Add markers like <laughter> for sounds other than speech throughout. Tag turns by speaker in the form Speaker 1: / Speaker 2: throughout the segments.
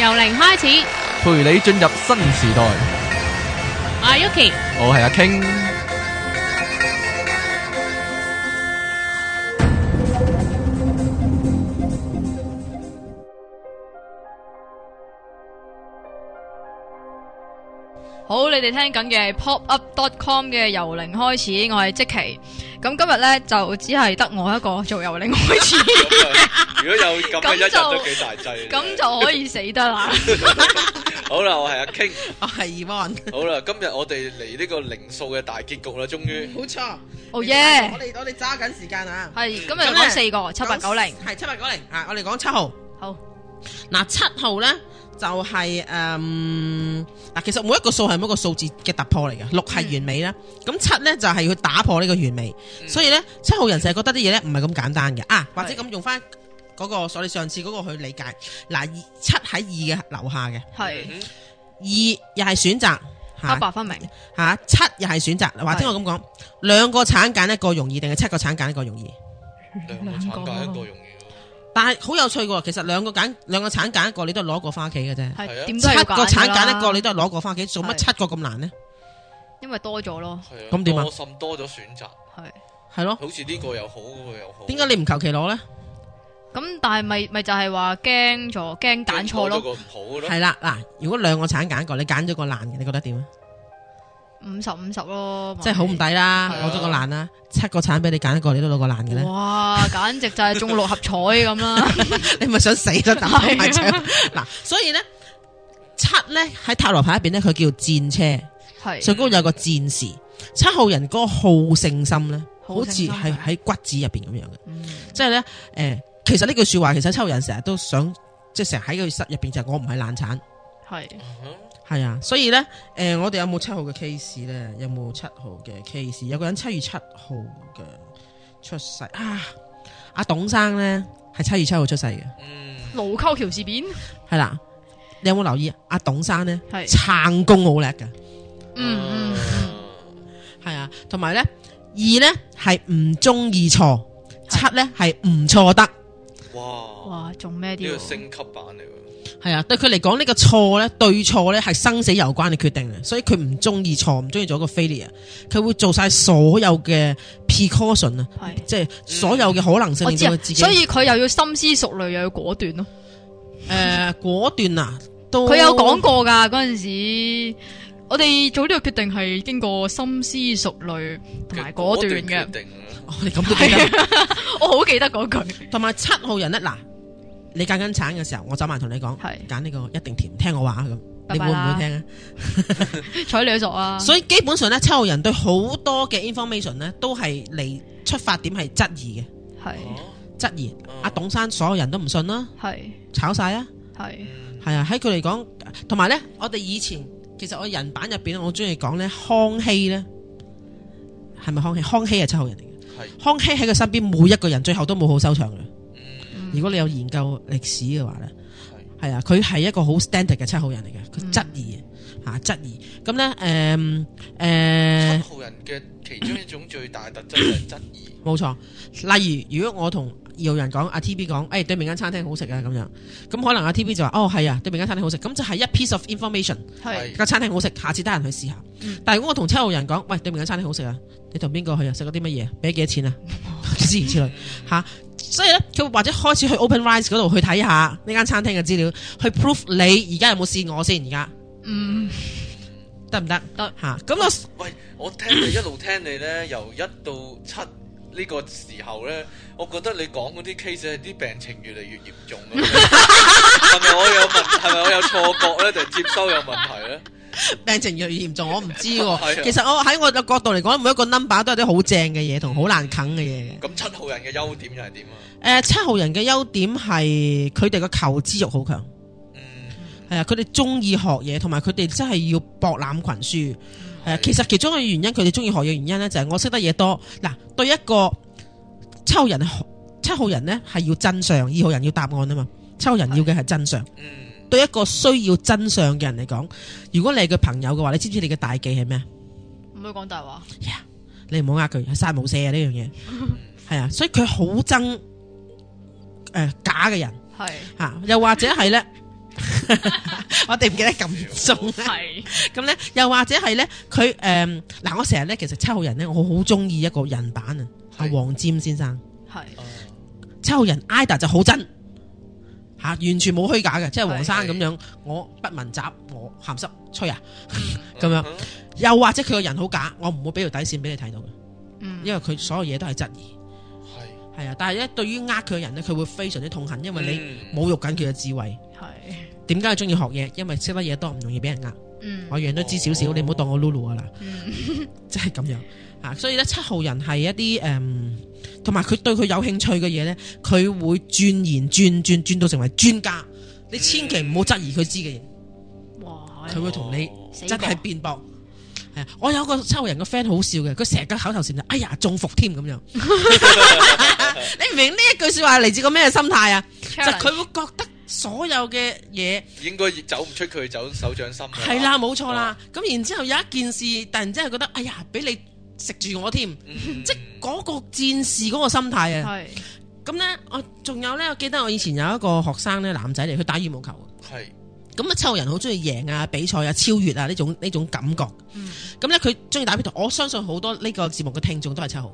Speaker 1: 由零開始，
Speaker 2: 陪你進入新時代。
Speaker 1: 我係 Yuki，
Speaker 2: 我係阿 King，
Speaker 1: 好，你哋聽緊嘅係 popup.com 嘅由零開始，我係即期。咁今日咧就只係得我一個做由零開始，
Speaker 3: <laughs>
Speaker 4: 如果有咁嘅一日
Speaker 1: 咁就
Speaker 4: 都幾大劑。
Speaker 1: 咁就可以死得啦。
Speaker 4: 好啦，我係阿 King。
Speaker 3: 我
Speaker 1: 哦
Speaker 3: 係 Evan，
Speaker 4: 好啦，今日我哋嚟呢個零數嘅大結局啦，終於。
Speaker 3: <laughs> 冇錯。
Speaker 1: 哦耶
Speaker 3: 我！哋我哋揸緊時間啊！
Speaker 1: 係今日講四個七八九零，
Speaker 3: 係七八九零啊！我哋講七號。
Speaker 1: 好
Speaker 3: 嗱，七號咧就係誒嗯嗱，其實每一個數係每一個數字嘅突破嚟嘅，六係完美啦，
Speaker 1: 嗯
Speaker 3: 咁七咧就係要打破呢個完美，
Speaker 4: 嗯
Speaker 3: 所以咧七號人成日覺得啲嘢咧唔係咁簡單嘅啊，或者
Speaker 1: 係
Speaker 3: 咁用翻嗰個我哋上次嗰個去理解，嗱二七喺二嘅樓下嘅，
Speaker 1: 係
Speaker 4: 嗯
Speaker 3: 二又係選擇
Speaker 1: 黑
Speaker 3: 嚇
Speaker 1: 白分明，
Speaker 3: 嚇七又係選擇，或者我咁講兩個橙揀一個容易定係七個橙揀一個容易？
Speaker 4: 兩個產假一個容易
Speaker 3: 但係好有趣喎，其實兩個揀兩個橙揀一個，你都係攞過翻屋企嘅啫。
Speaker 4: 係
Speaker 1: 係
Speaker 4: 啊
Speaker 1: 點都係要
Speaker 3: 七個橙
Speaker 1: 㗎啦
Speaker 3: 揀一個，你都係攞過翻屋企，做乜
Speaker 1: 係
Speaker 3: 七個咁難呢？
Speaker 1: 因為多咗咯，
Speaker 4: 喎。係啊。
Speaker 3: 咁點啊
Speaker 4: 多甚多咗選擇，
Speaker 1: 係。
Speaker 3: 係咯？
Speaker 4: 好似呢個又好，嗰個又好。
Speaker 3: 點解你唔求其攞呢？
Speaker 1: 咁但係咪咪就係話驚咗，驚揀錯
Speaker 4: 多咗
Speaker 1: 咯，
Speaker 4: 個唔好嘅咯？
Speaker 3: 係啦，嗱，如果兩個橙揀一個，你揀咗個難嘅，你覺得點啊？
Speaker 1: 五十五十咯，
Speaker 3: 即係好唔抵啦，
Speaker 1: 係啊
Speaker 3: 攞咗個難啦，七個橙俾你揀一個，你都攞個難嘅咧，
Speaker 1: 哇，簡直就係中六合彩咁啦，
Speaker 3: <laughs> 你咪想死都打
Speaker 1: 係啊
Speaker 3: 埋獎 <laughs> 嗱，所以呢，七呢喺塔羅牌入邊呢，佢叫戰車，
Speaker 1: 係
Speaker 3: 最高有個戰士。七號人嗰個好勝心呢，
Speaker 1: 好
Speaker 3: 好
Speaker 1: 勝
Speaker 3: 似
Speaker 1: 心
Speaker 3: 係喺骨子入邊咁樣嘅。
Speaker 1: 嗯
Speaker 3: 即係咧，诶、其實呢句说話其實抽人成日都想，即係成日喺佢室入边就係我唔係爛產，
Speaker 1: 係
Speaker 4: 嗯
Speaker 3: 係啊，所以咧，诶、我哋有冇七號嘅 case 咧？有冇七號嘅 case？有個人七月七號嘅出世啊，阿董生咧係七月七號出世嘅，
Speaker 4: 嗯，
Speaker 1: 盧溝橋事變
Speaker 3: 係啦，你有冇留意阿董生咧
Speaker 1: 係，
Speaker 3: 撐工好叻㗎，
Speaker 1: 嗯嗯嗯，
Speaker 3: 係啊，同埋咧二咧係唔中意錯，七咧係唔錯得。
Speaker 4: 哇！
Speaker 1: 哇，仲咩
Speaker 4: 呢
Speaker 1: 啲
Speaker 4: 個
Speaker 1: 喎？
Speaker 4: 升級版嚟喎。
Speaker 3: 系啊，對佢嚟講呢個錯咧，對錯咧係生死有關嘅決定嚟，所以佢唔中意錯，唔中意做一個 failure，佢會做晒所有嘅 precaution 啊，
Speaker 1: 係，
Speaker 3: 即係所有嘅可能性
Speaker 1: 我
Speaker 3: 令
Speaker 1: 知
Speaker 3: 到
Speaker 1: 啊
Speaker 3: 佢自，己，
Speaker 1: 所以佢又要深思熟慮，又要果斷咯。
Speaker 3: 诶、果斷啊，都
Speaker 1: 佢有講過㗎嗰陣時。我哋做呢個決定係經過深思熟慮同埋果斷嘅啊
Speaker 4: 決，定啊
Speaker 3: <laughs> 哦，你咁都記得，
Speaker 1: <laughs> 我好記得嗰句。
Speaker 3: 同埋七號人咧，嗱，你揀緊橙嘅時候，我走埋同你講，
Speaker 1: 係
Speaker 3: 揀呢個一定甜，聽我話啊咁，
Speaker 1: 拜
Speaker 3: 你
Speaker 1: 拜
Speaker 3: 會唔
Speaker 1: 啦
Speaker 3: 會聽啊？
Speaker 1: 睬你都傻啊！
Speaker 3: 所以基本上咧，七號人對好多嘅 information 咧，都係嚟出發點係質疑嘅，
Speaker 1: 係
Speaker 3: 質疑
Speaker 4: 啊
Speaker 3: 阿董生所有人都唔信啦，
Speaker 1: 係
Speaker 3: 炒晒啊！
Speaker 1: 係
Speaker 4: 嗯
Speaker 3: 系啊，喺佢嚟講，同埋咧，我哋以前其實我人版入边，我中意講咧，康熙咧係咪康熙？康熙係七號人嚟嘅。
Speaker 4: 係
Speaker 3: 康熙喺佢身邊每一個人最後都冇好收場嘅。
Speaker 4: 嗯
Speaker 1: 嗯
Speaker 3: 如果你有研究歷史嘅話咧，係啊，佢係一個好 standard 嘅七號人嚟嘅，佢質疑
Speaker 4: 嗯
Speaker 3: 吓質疑。咁咧，诶、
Speaker 4: 係
Speaker 3: 诶，
Speaker 4: 七號人嘅其中一種最大特質就係質疑。
Speaker 3: 冇、錯。例如，如果我同二號人講，阿 T B 講，哎诶、對面間餐廳好食啊，咁樣，咁可能阿 T B 就話，哦係啊，對面間餐廳好食，咁就係一 piece of information。
Speaker 1: 係
Speaker 3: 個餐廳好食，下次得閒去試下。
Speaker 1: 嗯
Speaker 3: 但係如果我同七號人講，喂，對面間餐廳好食啊，你同邊個去啊？食咗啲乜嘢？俾幾多錢啊？ <laughs> 諸如此類吓、所以咧，佢或者開始去 Open Rise 嗰度去睇下呢間餐廳嘅資料，去 proof 你而家有冇試我先，而家
Speaker 1: 嗯
Speaker 3: 得唔得？
Speaker 1: 得
Speaker 3: 吓，咁我 <laughs>
Speaker 4: 喂，我聽你一路聽你咧，由一到七呢個時候咧，我覺得你講嗰啲 case 係啲病情越嚟越嚴重咁樣係咪我有問？係咪我有錯覺咧？定係接收有問題咧？
Speaker 3: 病情越嚟越嚴重，我唔知
Speaker 4: 係啊
Speaker 3: 喎。其實我喺我嘅角度嚟講，每一個 number 都係啲好正嘅嘢同好難啃嘅嘢嘅。
Speaker 4: 咁七號人嘅優點又係點啊？
Speaker 3: 诶、呃七號人嘅優點係佢哋嘅求知欲好強。
Speaker 4: 嗯，
Speaker 3: 係啊，佢哋中意學嘢，同埋佢哋真係要博覽群書。係啊
Speaker 4: 係，
Speaker 3: 其實其中嘅原因，佢哋中意學嘢嘅原因咧，就係我識得嘢多。嗱，對一個七號人，七號人咧係要真相，二號人要答案啊嘛。七號人要嘅係真相。
Speaker 4: 嗯，
Speaker 3: 對一個需要真相嘅人嚟講，如果你係佢朋友嘅話，你知唔知你嘅大忌係咩？
Speaker 1: 唔好講大話。
Speaker 3: 你唔好呃佢，係殺無赦啊呢樣嘢。係啊，所以佢好呃憎誒假嘅人
Speaker 1: 係
Speaker 3: <laughs> 嚇、啊又或者係咧。 <laughs> 我哋唔記得咁做
Speaker 4: <laughs>
Speaker 3: 咧。
Speaker 1: 系
Speaker 3: 咁咧，又或者係咧，佢诶嗱，我成日咧，其實七號人咧，我好中意一個人版啊，阿
Speaker 4: 係
Speaker 3: 黃沾先生。
Speaker 1: 系
Speaker 4: 哦
Speaker 3: 七號人 IDA 就好真吓，完全冇虛假嘅，即係黃生
Speaker 4: 係
Speaker 3: 咁樣，我不文集，我鹹濕吹啊，
Speaker 1: 嗯
Speaker 3: 咁樣又或者佢個人好假，我唔會俾條底線俾你睇到嘅，
Speaker 1: 嗯
Speaker 3: 因為佢所有嘢都係質疑，
Speaker 4: 係
Speaker 3: 係啊。但係咧，對於呃佢嘅人咧，佢會非常之痛恨，因為
Speaker 4: 嗯
Speaker 3: 你侮辱緊佢嘅智慧。
Speaker 1: 系
Speaker 3: 點解佢中意學嘢？因為識得嘢多，唔容易俾人呃。
Speaker 1: 嗯
Speaker 3: 我樣都知少少，
Speaker 4: 哦
Speaker 3: 你唔好當我 Lulu 啊啦， <laughs>
Speaker 1: 嗯
Speaker 3: 即係咁樣啊。所以咧，七號人係一啲诶，嗯同埋佢對佢有興趣嘅嘢咧，佢會轉言轉轉轉到成為專家。你千祈唔好質疑佢知嘅嘢，
Speaker 1: 哇
Speaker 3: 佢會同你
Speaker 4: 哦
Speaker 1: 死
Speaker 3: 真係辯駁。係啊，我有個七號人個 friend 好笑嘅，佢成日個口頭禪就哎呀中伏添咁樣。你唔明呢一句说話係嚟自個咩心態啊？就
Speaker 1: challenge
Speaker 3: 佢會覺得所有嘅嘢。
Speaker 4: 應該走唔出佢手-手掌心㗎。
Speaker 3: 系啦，冇錯啦。咁然之後有一件事，突然之間覺得，哎呀，俾你食住我添，
Speaker 4: 嗯。
Speaker 3: 即係嗰個戰士嗰個心態啊。
Speaker 1: 系
Speaker 3: 咁呢，我仲有呢，我記得我以前有一個學生呢，男仔嚟，佢打羽毛球。
Speaker 4: 係。
Speaker 3: 咁啊，抽人好中意贏啊、比賽啊、超越啊呢種呢種感覺。
Speaker 1: 嗯
Speaker 3: 咁呢，佢中意打乒乓，我相信好多呢個節目嘅聽眾都係七號，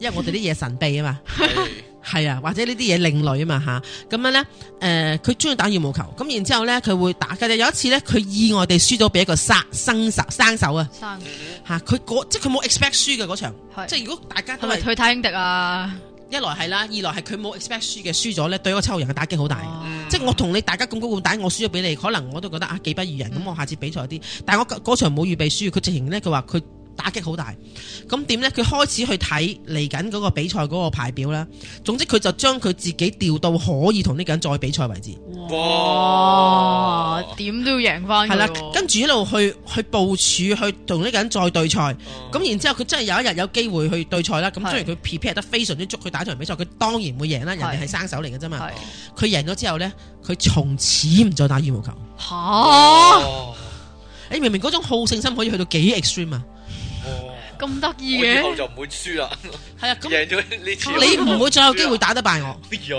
Speaker 3: 因為我哋啲嘢神秘啊嘛。
Speaker 4: <laughs>
Speaker 3: 係啊，或者呢啲嘢另類啊嘛吓，咁樣呢，诶、佢中意打羽毛球，咁然之後呢，佢會打嘅。有一次呢，佢意外地輸咗俾一個殺生手生手啊
Speaker 1: 生
Speaker 4: 係。嗯，嗯，嗯，
Speaker 3: 吓，佢嗰即係佢冇 expect 輸嘅嗰場，
Speaker 1: 系
Speaker 3: 即係如果大家
Speaker 1: 系
Speaker 3: 都
Speaker 1: 咪
Speaker 3: 係
Speaker 1: 退太兄迪啊？
Speaker 3: 一來係啦，二來係佢冇 expect 輸嘅，輸咗呢，對嗰個抽人嘅打擊好大。
Speaker 1: 哇
Speaker 3: 即係我同你大家咁高咁大，我輸咗俾你，可能我都覺得啊幾不如人，咁我下次比賽啲。但係我嗰嗰場冇預備輸，佢直情呢，佢話佢打擊好大。咁點呢？佢開始去睇嚟緊嗰個比賽嗰個牌表啦。總之佢就將佢自己調到可以同呢個人再比賽為止，
Speaker 1: 哇，点都要赢翻
Speaker 3: 係啦。跟住一路去去部署，去同呢個人再對賽。
Speaker 4: 哦。
Speaker 3: 咁然之後佢真係有一日有機會去對賽啦。咁
Speaker 1: 係
Speaker 3: 雖然佢 prepare 得非常之足，佢打一場比賽，佢當然會贏啦。人哋係
Speaker 1: 係
Speaker 3: 生手嚟嘅啫嘛。
Speaker 1: 係
Speaker 3: 佢贏咗之後呢，佢從此唔再打羽毛球。
Speaker 4: Ờ.
Speaker 1: 吓
Speaker 3: 你明明嗰種好勝心可以去到幾 extreme 啊？
Speaker 4: 哦，哦。
Speaker 1: 咁得意嘅，
Speaker 4: 我以後就唔會輸啦。
Speaker 3: 係
Speaker 4: Dạ,
Speaker 3: 啊，咁
Speaker 4: 贏咗呢次，
Speaker 3: 你
Speaker 4: <laughs>
Speaker 3: 唔會再有機會打得敗我，
Speaker 4: 哎呀，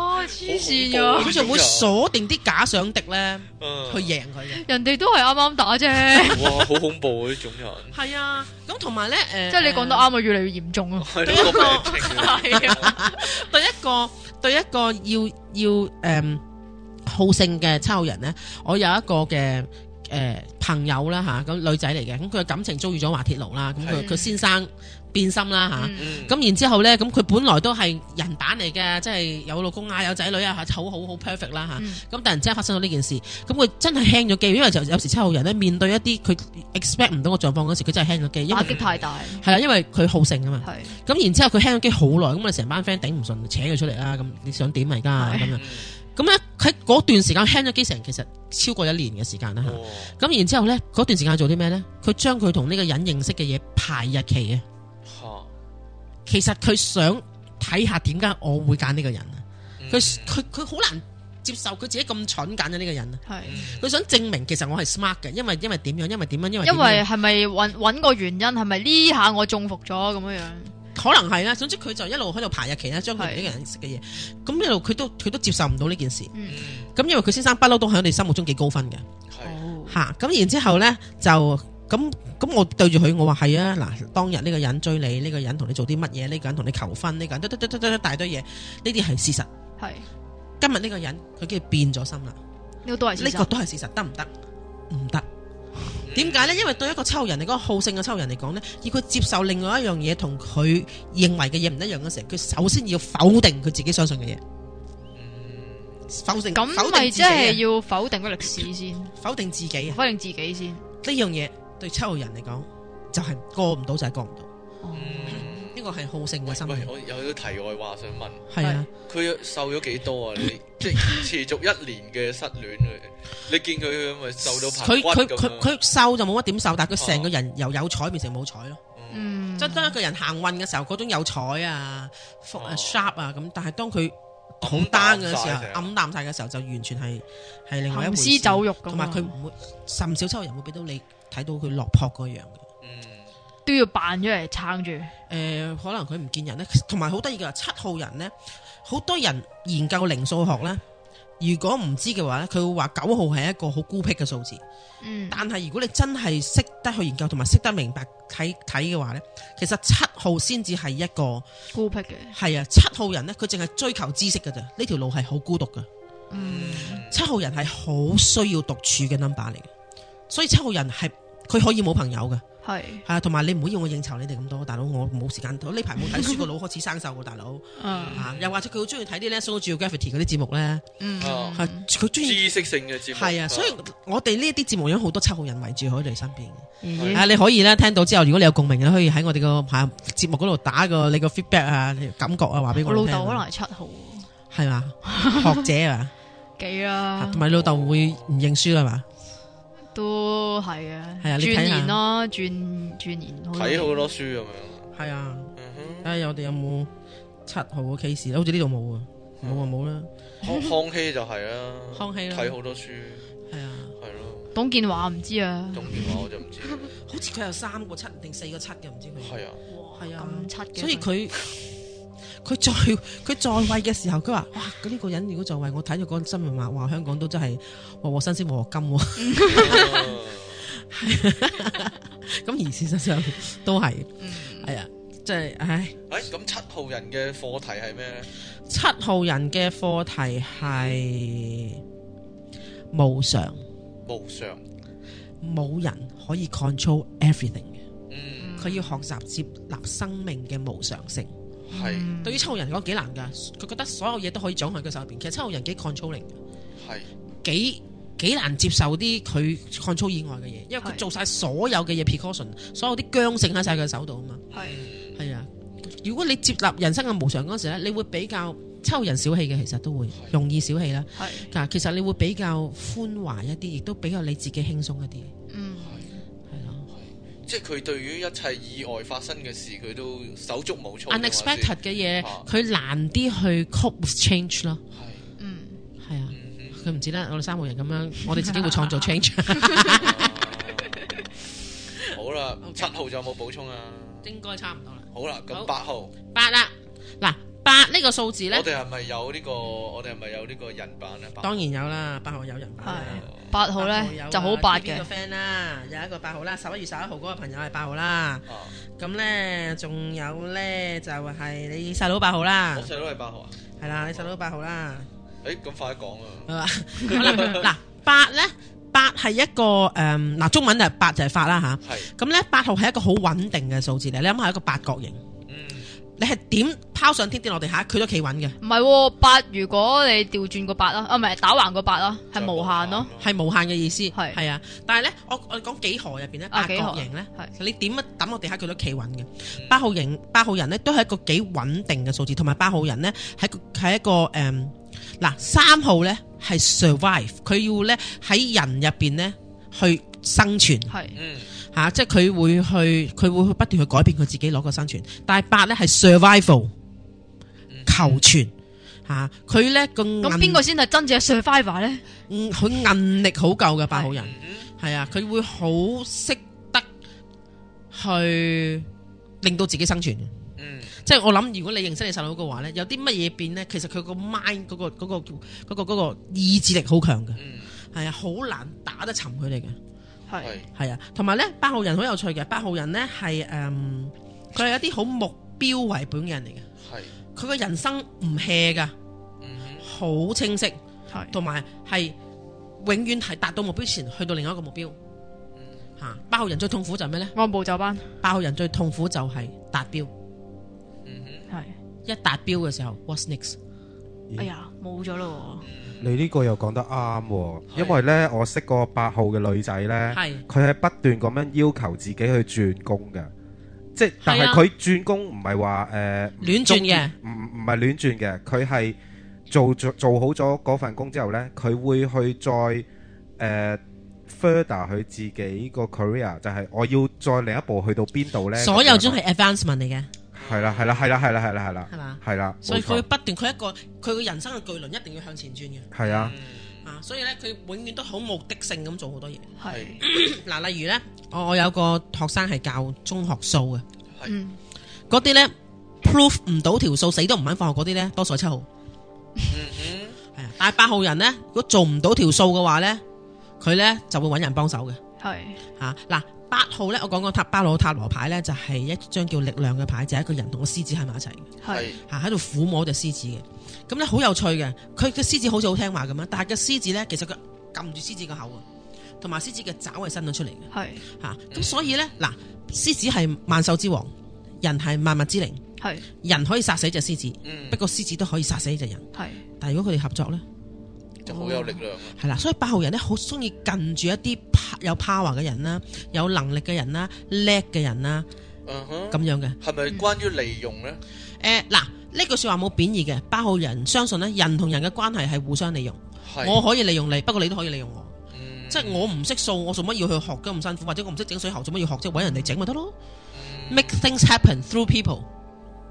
Speaker 1: 哇黐线
Speaker 4: 好恐
Speaker 1: 咗
Speaker 4: 怖啊，
Speaker 3: 佢就會鎖定啲假想敵咧
Speaker 4: 嗯。
Speaker 3: 去贏佢嘅。
Speaker 1: 人哋都系啱啱打啫，
Speaker 4: 哇，好恐怖啊，呢種人。
Speaker 3: 係啊，咁同埋咧誒，
Speaker 1: 即系你讲得啱啊，越嚟越严重啊，
Speaker 4: 係咯，個病情啊。
Speaker 1: 系啊，
Speaker 3: 對一個對一個要要誒、嗯好勝嘅抽人咧，我有一個嘅。誒、朋友啦吓，咁、女仔嚟嘅，咁佢嘅感情遭遇咗滑鐵盧啦，咁佢
Speaker 1: 係
Speaker 3: 佢先生變心啦吓。
Speaker 1: <laughs> 嗯
Speaker 4: 嗯。
Speaker 3: 咁然之後呢，咁佢本來都係人版嚟嘅，即係有老公啊，有仔女啊，好好好 perfect 啦
Speaker 1: 嗯
Speaker 3: 嚇。咁、突然之間發生咗呢件事，咁佢真係輕咗機，因為就有時七號人呢，面對一啲佢 expect 唔到嘅狀況嗰時，佢真係輕咗機，因
Speaker 1: 打
Speaker 3: 為
Speaker 1: 击太大，系
Speaker 3: 係啦，因為佢好勝啊嘛。
Speaker 1: 系
Speaker 3: 咁然之後佢輕咗機好耐，咁我哋成班 friend 頂唔順，扯佢出嚟啦。咁你想點啊而
Speaker 1: 係
Speaker 3: 家
Speaker 4: Ừ.
Speaker 3: 咁樣？咁呢，佢嗰段時間輕咗機成，其實超過一年嘅時間啦嚇。
Speaker 4: 嗯。哇，係。
Speaker 3: 咁然之後呢，嗰段時間做啲咩呢？佢將佢同呢個人認識嘅嘢排日期啊嘅。其實佢想睇下點解我會揀呢個人啊！
Speaker 4: Ừ. 嗯
Speaker 3: 佢佢佢好難接受佢自己咁蠢揀咗呢個人啊！
Speaker 4: Ừ.
Speaker 1: 系，
Speaker 3: 佢想證明其實我係 smart 嘅，因為因為點樣，因為點樣，因為
Speaker 1: 因
Speaker 3: 為
Speaker 1: 为系咪搵搵个原因，系咪呢下我中伏咗咁样样？
Speaker 3: 可能係啦。總之佢就一路喺度排日期啦，將佢呢個人識嘅嘢，咁一路佢都佢都接受唔到呢件事。
Speaker 1: 嗯，
Speaker 4: 嗯，係。
Speaker 3: 咁因為佢先生不嬲都喺你心目中幾高分嘅
Speaker 1: 哦，
Speaker 3: 吓，嚇咁、然之後呢，就咁咁我對住佢我話係啊嗱，當日呢個人追你，呢、個人同你做啲乜嘢，呢、個人同你求婚，呢、個人得得得得得一大堆嘢，呢啲係事實。
Speaker 1: 系
Speaker 3: 今日呢個人佢已經變咗心啦。
Speaker 1: 呢个都系
Speaker 3: 呢個都係事實，得唔得？唔得。點解呢？因為對一個抽人嚟講，好勝嘅抽人嚟講呢，要佢接受另外一樣嘢同佢認為嘅嘢唔一樣嘅時候，佢首先要否定佢自己相信嘅嘢，否定
Speaker 1: 咁
Speaker 3: 否
Speaker 1: 咪
Speaker 3: 定
Speaker 1: 即
Speaker 3: 自
Speaker 1: 系
Speaker 3: 己啊，
Speaker 1: 要否定个历史先，
Speaker 3: 否定自己啊！
Speaker 1: 否定自己先。
Speaker 3: 呢樣嘢對抽人嚟講就係過唔到就係過唔到，
Speaker 1: 哦
Speaker 4: Ừ. 嗯。
Speaker 3: 呢個係好勝嘅心理。
Speaker 4: 喂，我有啲題外話想問。
Speaker 3: 係啊，
Speaker 4: 佢瘦咗幾多啊？你即系持續一年嘅失戀佢，你見佢咪瘦到排
Speaker 3: 佢
Speaker 4: 骨
Speaker 3: 佢
Speaker 4: 咁
Speaker 3: 佢
Speaker 4: 啊
Speaker 3: 佢瘦就冇乜點瘦，但係佢成個人由有彩變成冇彩咯。
Speaker 4: 嗯
Speaker 1: 嗯，
Speaker 3: 即係當一個人行運嘅時候，嗰種有彩啊、福啊、
Speaker 4: 哦
Speaker 3: sharp 啊咁，但係當佢好 down 嘅
Speaker 4: 暗
Speaker 3: 時
Speaker 4: 淡晒
Speaker 3: 候
Speaker 4: 成、
Speaker 3: 暗淡晒嘅時候，就完全係係另外一
Speaker 1: 行
Speaker 3: 回
Speaker 1: 屍
Speaker 3: 事。
Speaker 1: 走肉咁啊，
Speaker 3: 同埋佢唔會甚少抽人會俾到你睇到佢落魄嗰樣嘅。
Speaker 4: 嗯
Speaker 1: 都要扮出嚟撑住，
Speaker 3: 誒、可能佢唔見人咧，同埋好得意嘅七號人咧，好多人研究靈數學咧，如果唔知嘅話咧，佢會話九號係一個好孤僻嘅數字。
Speaker 1: 嗯，
Speaker 3: 但係如果你真係識得去研究同埋識得明白睇睇嘅話咧，其實七號先至係一個
Speaker 1: 孤僻嘅，
Speaker 3: 係啊，七號人咧佢淨係追求知識嘅咋，呢條路係好孤獨嘅。
Speaker 1: 嗯，
Speaker 4: Ừ.
Speaker 3: 七號人係好需要獨處嘅 number 嚟嘅，所以七號人係佢可以冇朋友嘅。
Speaker 1: 係，
Speaker 3: 係啊，同埋你唔好要我應酬你哋咁多，大佬我冇時間，我呢排冇睇書，個腦開始生鏽喎，大佬
Speaker 1: 嗯，
Speaker 3: 啊！又或者佢好中意睇啲 National Geographic 嗰啲節目咧，
Speaker 1: 嗯，
Speaker 4: 哦
Speaker 3: 係佢中意
Speaker 4: 知識性嘅節目
Speaker 3: 係啊，所以我哋呢一啲節目有好多七號人圍住喺我哋身邊嘅。
Speaker 1: 咦
Speaker 3: 啊，你可以咧聽到之後，如果你有共鳴嘅，可以喺我哋個嚇節目嗰度打個你個 feedback 啊，你感覺啊，話俾
Speaker 1: 我
Speaker 3: 哋
Speaker 1: 老
Speaker 3: 聽
Speaker 1: 豆可能係七號喎，
Speaker 3: 係嘛學者啊，
Speaker 1: 幾啊
Speaker 3: 嚇
Speaker 1: 啦
Speaker 3: 同，埋老豆會唔認輸啦嘛？
Speaker 1: 都係啊，
Speaker 3: 係啊你睇
Speaker 1: 轉
Speaker 3: 下
Speaker 1: 年咯，轉轉年好多
Speaker 4: 睇好
Speaker 1: 年
Speaker 4: 多書咁樣。
Speaker 3: 係啊，
Speaker 4: 嗯哼
Speaker 3: 睇下我哋有冇七號嘅 case 啦好似呢度冇啊，冇啊冇啦，
Speaker 4: 康康熙就係啦，
Speaker 3: 康熙啦
Speaker 4: 睇好多書，
Speaker 3: 係啊。
Speaker 4: 係咯。
Speaker 1: 董建華唔知啊，
Speaker 4: 董建華我就唔知，
Speaker 3: 好似佢有三個七定四個七嘅，唔知佢 <laughs>
Speaker 4: 係啊，
Speaker 3: 係啊，
Speaker 1: 咁七嘅，
Speaker 3: 所以佢佢在佢在位嘅時候，佢話：哇！佢呢個人如果在位，我睇咗嗰個新聞話，話香港都真係鑊鑊新鮮鑊鑊金喎。 <laughs> 咁而事實上都係
Speaker 1: 嗯
Speaker 3: 係啊，即係唉，
Speaker 4: 誒哎咁七號人嘅課題係咩咧？
Speaker 3: 七號人嘅課題係無常，
Speaker 4: 無常，
Speaker 3: 冇人可以 control everything 嘅。
Speaker 4: 嗯，
Speaker 3: 佢要學習接納生命嘅無常性。
Speaker 4: 係
Speaker 1: 嗯
Speaker 3: 對於七號人嚟講幾難㗎，佢覺得所有嘢都可以掌控喺佢手入邊。其實七號人幾 controlling，
Speaker 4: 係
Speaker 3: 幾幾難接受啲佢 control 以外嘅嘢，因為佢
Speaker 1: 係
Speaker 3: 做晒所有嘅嘢 precaution，所有啲僵性喺晒佢手度啊嘛。
Speaker 1: 係
Speaker 4: 嗯
Speaker 3: 係啊，如果你接納人生嘅無常嗰陣時咧，你會比較七號人小氣嘅，其實都會容易小氣啦。
Speaker 1: 係，
Speaker 3: 嗱，其實你會比較寬懷一啲，亦都比較你自己輕鬆一啲。
Speaker 1: 嗯，
Speaker 3: 係咯
Speaker 4: 即係佢對於一切意外發生嘅事，佢都手足無措。
Speaker 3: ，unexpected 嘅嘢
Speaker 4: 啊，
Speaker 3: 佢難啲去 cope with change 咯。
Speaker 4: 係，
Speaker 1: 嗯，
Speaker 3: 係啊，
Speaker 4: 嗯
Speaker 3: 佢唔止啦，我哋三個人咁 <laughs> 樣，我哋自己會創造 <laughs> change。
Speaker 4: 哼，好
Speaker 3: <laughs>
Speaker 4: 啦，七號仲有冇補充啊？
Speaker 3: 應該差唔多啦。
Speaker 4: 好啦，咁
Speaker 3: 好
Speaker 4: 八號，
Speaker 3: 八啦，嗱八呢個數字呢
Speaker 4: 我，哋係咪有呢個？我哋係咪有呢個人版啊？八哦
Speaker 3: 當然有啦，八號有人版啦。
Speaker 1: 係八號
Speaker 3: 八
Speaker 1: 咧
Speaker 3: 有啦啊
Speaker 1: 就好八
Speaker 3: 邊
Speaker 1: 嘅
Speaker 3: 個，friend 啦，有一個八號啦，十一月十一號嗰個朋友係八號啦。
Speaker 4: 啊，
Speaker 3: 咁呢，仲有呢，就係你細佬八號啦
Speaker 4: 我，細佬係八號啊？
Speaker 3: 係啦，你細佬八號啦。
Speaker 4: 誒，咁快講啊！
Speaker 3: 係嘛 <laughs> 嗱八呢，八係一個誒嗱、中文就八就係發啦吓。
Speaker 4: 係，
Speaker 3: 咁呢，八號係一個好穩定嘅數字嚟，你諗下一個八角形，
Speaker 4: 嗯，
Speaker 3: 你係點拋上天跌落地下，佢都企穩嘅，
Speaker 1: 唔係喎八，如果你調轉個八啦，啊唔係打橫個八啦，係無限咯，
Speaker 3: 係無限嘅意思。
Speaker 1: 係
Speaker 3: 係啊，但係呢，我我哋講幾何入邊呢，
Speaker 1: 啊
Speaker 3: 八
Speaker 1: 幾何
Speaker 3: 角形呢。
Speaker 1: 係，
Speaker 3: 你點一抌落地下佢都企穩嘅。八號型八號人咧都係一個幾穩定嘅數字，同埋八號人咧係一個係一個誒嗱三號咧係 survive，佢要咧喺人入邊咧去生存嚇、
Speaker 1: 係，
Speaker 4: 嗯，
Speaker 3: 啊即係佢會去佢會去不斷去改變佢自己攞個生存。但係八咧係 survival
Speaker 4: 嗯
Speaker 3: 求存嚇，佢咧個
Speaker 1: 咁嗯
Speaker 3: 韌
Speaker 1: 邊個先係真正嘅 survivor 咧？
Speaker 3: 嗯佢韌力好夠嘅八號人。
Speaker 4: 嗯哼
Speaker 3: 係啊，佢會好識得去令到自己生存嘅。
Speaker 4: 嗯，
Speaker 3: 即係我諗，如果你認識你細佬嘅話咧，有啲乜嘢變咧，其實佢個 mind 嗰、個嗰、個嗰、個嗰、個意志力好強嘅，
Speaker 4: 嗯，
Speaker 3: 係啊，好難打得沉佢哋嘅，
Speaker 1: 係
Speaker 4: 係，
Speaker 3: 係啊。同埋咧，八號人好有趣嘅，八號人咧係誒，佢係一啲好目標為本嘅人嚟嘅，
Speaker 4: 係，
Speaker 3: 佢個人生唔 hea 噶，
Speaker 4: 嗯哼
Speaker 3: 好清晰，
Speaker 1: 係，
Speaker 3: 同埋係永遠係達到目標前去到另外一個目標。嚇，八號人最痛苦就係咩咧？
Speaker 1: 按部就班，
Speaker 3: 八號人最痛苦就係達標，
Speaker 4: 嗯哼，
Speaker 1: 係，
Speaker 3: 一達標嘅時候，what's next？
Speaker 1: 哎呀冇咗咯
Speaker 5: 你呢個又講得啱喎，
Speaker 4: 係
Speaker 5: 因為呢，我識個八號嘅女仔呢，
Speaker 3: 係
Speaker 5: 佢係不斷咁樣要求自己去轉工嘅，即係但係
Speaker 3: 係啊
Speaker 5: 佢轉工唔係話誒
Speaker 3: 亂轉嘅，
Speaker 5: 唔唔係亂轉嘅，佢係做做做好咗嗰份工之後呢，佢會去再誒、呃 further 佢自己個 career，就係我要再另一步去到邊度呢？
Speaker 3: 所有
Speaker 5: 咁樣
Speaker 3: 都係 advancement 嚟嘅，
Speaker 5: 係啦係啦係啦係啦係啦係啦
Speaker 3: 係嘛？
Speaker 5: 係啦，
Speaker 3: 所以
Speaker 5: 冇錯
Speaker 3: 佢不斷，佢一個佢個人生嘅巨輪一定要向前轉嘅，
Speaker 5: 係啊，
Speaker 3: 啊！所以咧，佢永遠都好目的性咁做好多嘢。
Speaker 1: 喎，係，
Speaker 4: 係，
Speaker 3: 嗱，例如咧，我我有個學生係教中學數嘅， <clears throat>
Speaker 1: 嗯，
Speaker 3: 嗰啲咧 proof 唔到條數，死都唔肯放學嗰啲咧，多數係七號。
Speaker 4: 嗯哼，
Speaker 3: 係啊，但系八號人呢，如果做唔到條數嘅話呢，佢呢就會揾人幫手嘅
Speaker 1: 系
Speaker 3: 吓。啊嗱、八號呢，我講講塔巴魯塔羅牌呢，就係一張叫力量嘅牌，就係一個人同個獅子喺埋一齊嘅
Speaker 1: 系
Speaker 3: 吓，喺度撫摸只獅子嘅。咁呢，好有趣嘅，佢嘅獅子好似好聽話咁樣，但係個獅子呢，其實佢撳住獅子個口啊，同埋獅子嘅爪係伸咗出嚟嘅。
Speaker 1: 系
Speaker 3: 吓，咁、所以咧，嗱，獅子係萬獸之王，人係萬物之靈，
Speaker 1: 系
Speaker 3: 人可以殺死只獅子，
Speaker 4: 嗯
Speaker 3: 不，過獅子都可以殺死只人。
Speaker 1: 系
Speaker 3: 但系如果佢哋合作咧，
Speaker 4: 就好有力量啊！
Speaker 3: 係啦，所以八號人咧好中意近住一啲 pa- 有 power 嘅人啦，有能力嘅人啦，叻嘅人啦，
Speaker 4: 嗯哼，
Speaker 3: 咁樣嘅。
Speaker 4: 係咪關於利用咧？
Speaker 3: 诶、嗱，呢句说話冇貶義嘅，八號人相信咧，人同人嘅關係係互相利用，
Speaker 4: 係
Speaker 3: 我可以利用你，不過你都可以利用我。
Speaker 4: 嗯
Speaker 3: 即係我唔識數，我做乜要去學咁咁辛苦？或者我唔識整水喉，做乜要學啫？搵人哋整咪得咯。Make
Speaker 4: 嗯
Speaker 3: things happen through people。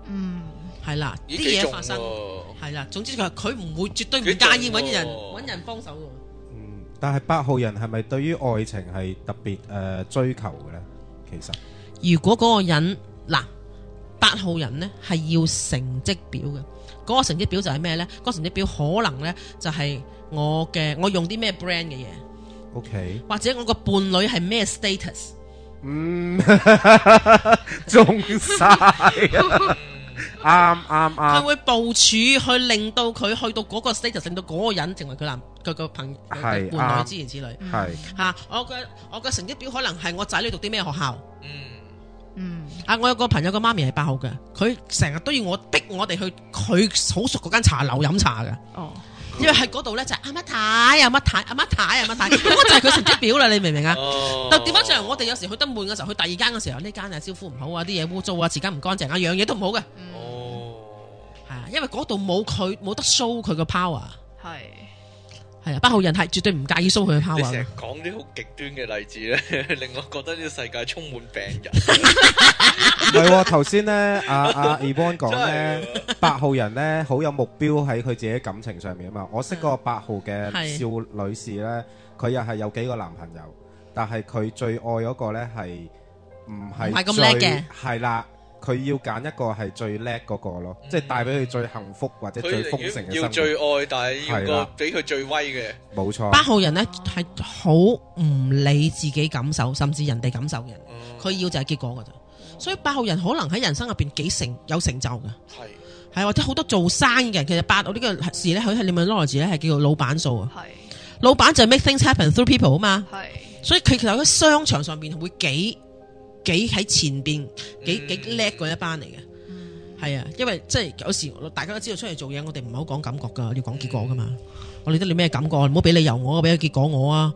Speaker 1: 嗯
Speaker 3: 係啦，啲
Speaker 4: 咦幾
Speaker 3: 嘢
Speaker 4: 重
Speaker 3: 發生
Speaker 4: 喎
Speaker 3: 係啦。總之佢佢唔會絕對唔
Speaker 4: 幾重
Speaker 3: 介意揾人
Speaker 4: 喎
Speaker 3: 揾人幫手嘅喎。
Speaker 5: 嗯，但係八號人係咪對於愛情係特別诶追求嘅咧？其實
Speaker 3: 如果嗰個人嗱八號人呢係要成績表嘅，嗰、個成績表就係咩呢？嗰、個成績表可能呢就係我嘅我用啲咩 brand 嘅嘢，
Speaker 5: o k
Speaker 3: 或者我個伴侶係咩 status。
Speaker 5: 嗯， <laughs> 中晒啊，啱啱
Speaker 3: 佢
Speaker 5: 啱，
Speaker 3: 會部署去令到佢去到嗰個 status，令到嗰個人成為佢男佢個朋友
Speaker 5: 係
Speaker 3: 伴侶
Speaker 5: 啱
Speaker 3: 之類之類
Speaker 1: 嗯
Speaker 5: 係
Speaker 3: 嚇、我嘅我嘅成績表可能係我仔女讀啲咩學校。
Speaker 4: 嗯，
Speaker 1: 嗯
Speaker 3: 啊！我有個朋友個媽咪係八號嘅，佢成日都要我逼我哋去佢好熟嗰間茶樓飲茶嘅，
Speaker 1: 哦
Speaker 3: 因為喺嗰度咧就係阿乜太阿乜太阿乜太阿
Speaker 4: <laughs>
Speaker 3: 乜太，咁我就係佢成績表啦，你明唔明啊？
Speaker 4: 哦
Speaker 3: 但調翻轉嚟，我哋有時去得悶嘅時候，去第二間嘅時候，呢間啊招呼唔好啊，啲嘢污糟啊，時間唔乾淨啊，樣嘢都唔好嘅，
Speaker 4: 哦，
Speaker 3: 係啊，因為嗰度冇佢冇得 show 佢個 power，
Speaker 1: 系
Speaker 3: 係啊，八號人係絕對唔介意 show
Speaker 4: <laughs>
Speaker 3: 佢嘅
Speaker 4: 你成
Speaker 3: power 啊
Speaker 4: 日
Speaker 3: 嘅。
Speaker 4: 講啲好極端嘅例子咧， <laughs> 令我覺得呢個世界充滿病人。
Speaker 5: 唔係喎，頭先咧，阿
Speaker 3: <laughs>
Speaker 5: 阿 Evan 講
Speaker 4: 真
Speaker 5: 咧，八號人咧好有目標喺佢自己感情上面啊嘛。我識個八號嘅
Speaker 3: 係
Speaker 5: 少女士咧，佢又係有幾個男朋友，但係佢最愛嗰個咧係唔係
Speaker 3: 唔係咁叻
Speaker 5: 最
Speaker 3: 嘅？
Speaker 5: 係啦，佢要揀一個係最叻嗰個咯，即係帶俾佢最幸福或者最
Speaker 4: 佢
Speaker 5: 豐盛
Speaker 4: 寧願要
Speaker 5: 嘅生
Speaker 4: 最愛，但係要
Speaker 5: 係
Speaker 4: 個
Speaker 5: 啦
Speaker 4: 俾佢最威嘅。
Speaker 5: 活。冇錯，
Speaker 3: 八號人咧係好唔理自己感受，甚至人哋感受嘅人。
Speaker 4: 嗯
Speaker 3: 佢要就係結果㗎咋。所以八號人可能喺人生入邊幾成有成就㗎，
Speaker 4: 係
Speaker 3: 係或者好多做生意嘅人，其實八號呢個字咧，佢係 terminology 咧係叫做老闆數啊。
Speaker 1: 系
Speaker 3: 老闆就係 make things happen through people 啊嘛，
Speaker 1: 系
Speaker 3: 所以佢其實喺商場上邊會幾幾喺前邊幾
Speaker 4: 嗯
Speaker 3: 幾叻嗰一班嚟
Speaker 1: 嗯
Speaker 3: 嘅。係啊，因為即係有時大家都知道出嚟做嘢，我哋唔係好講感覺㗎，要講結果㗎嘛。我理得你咩感覺，唔好俾理由我，俾個結果我啊，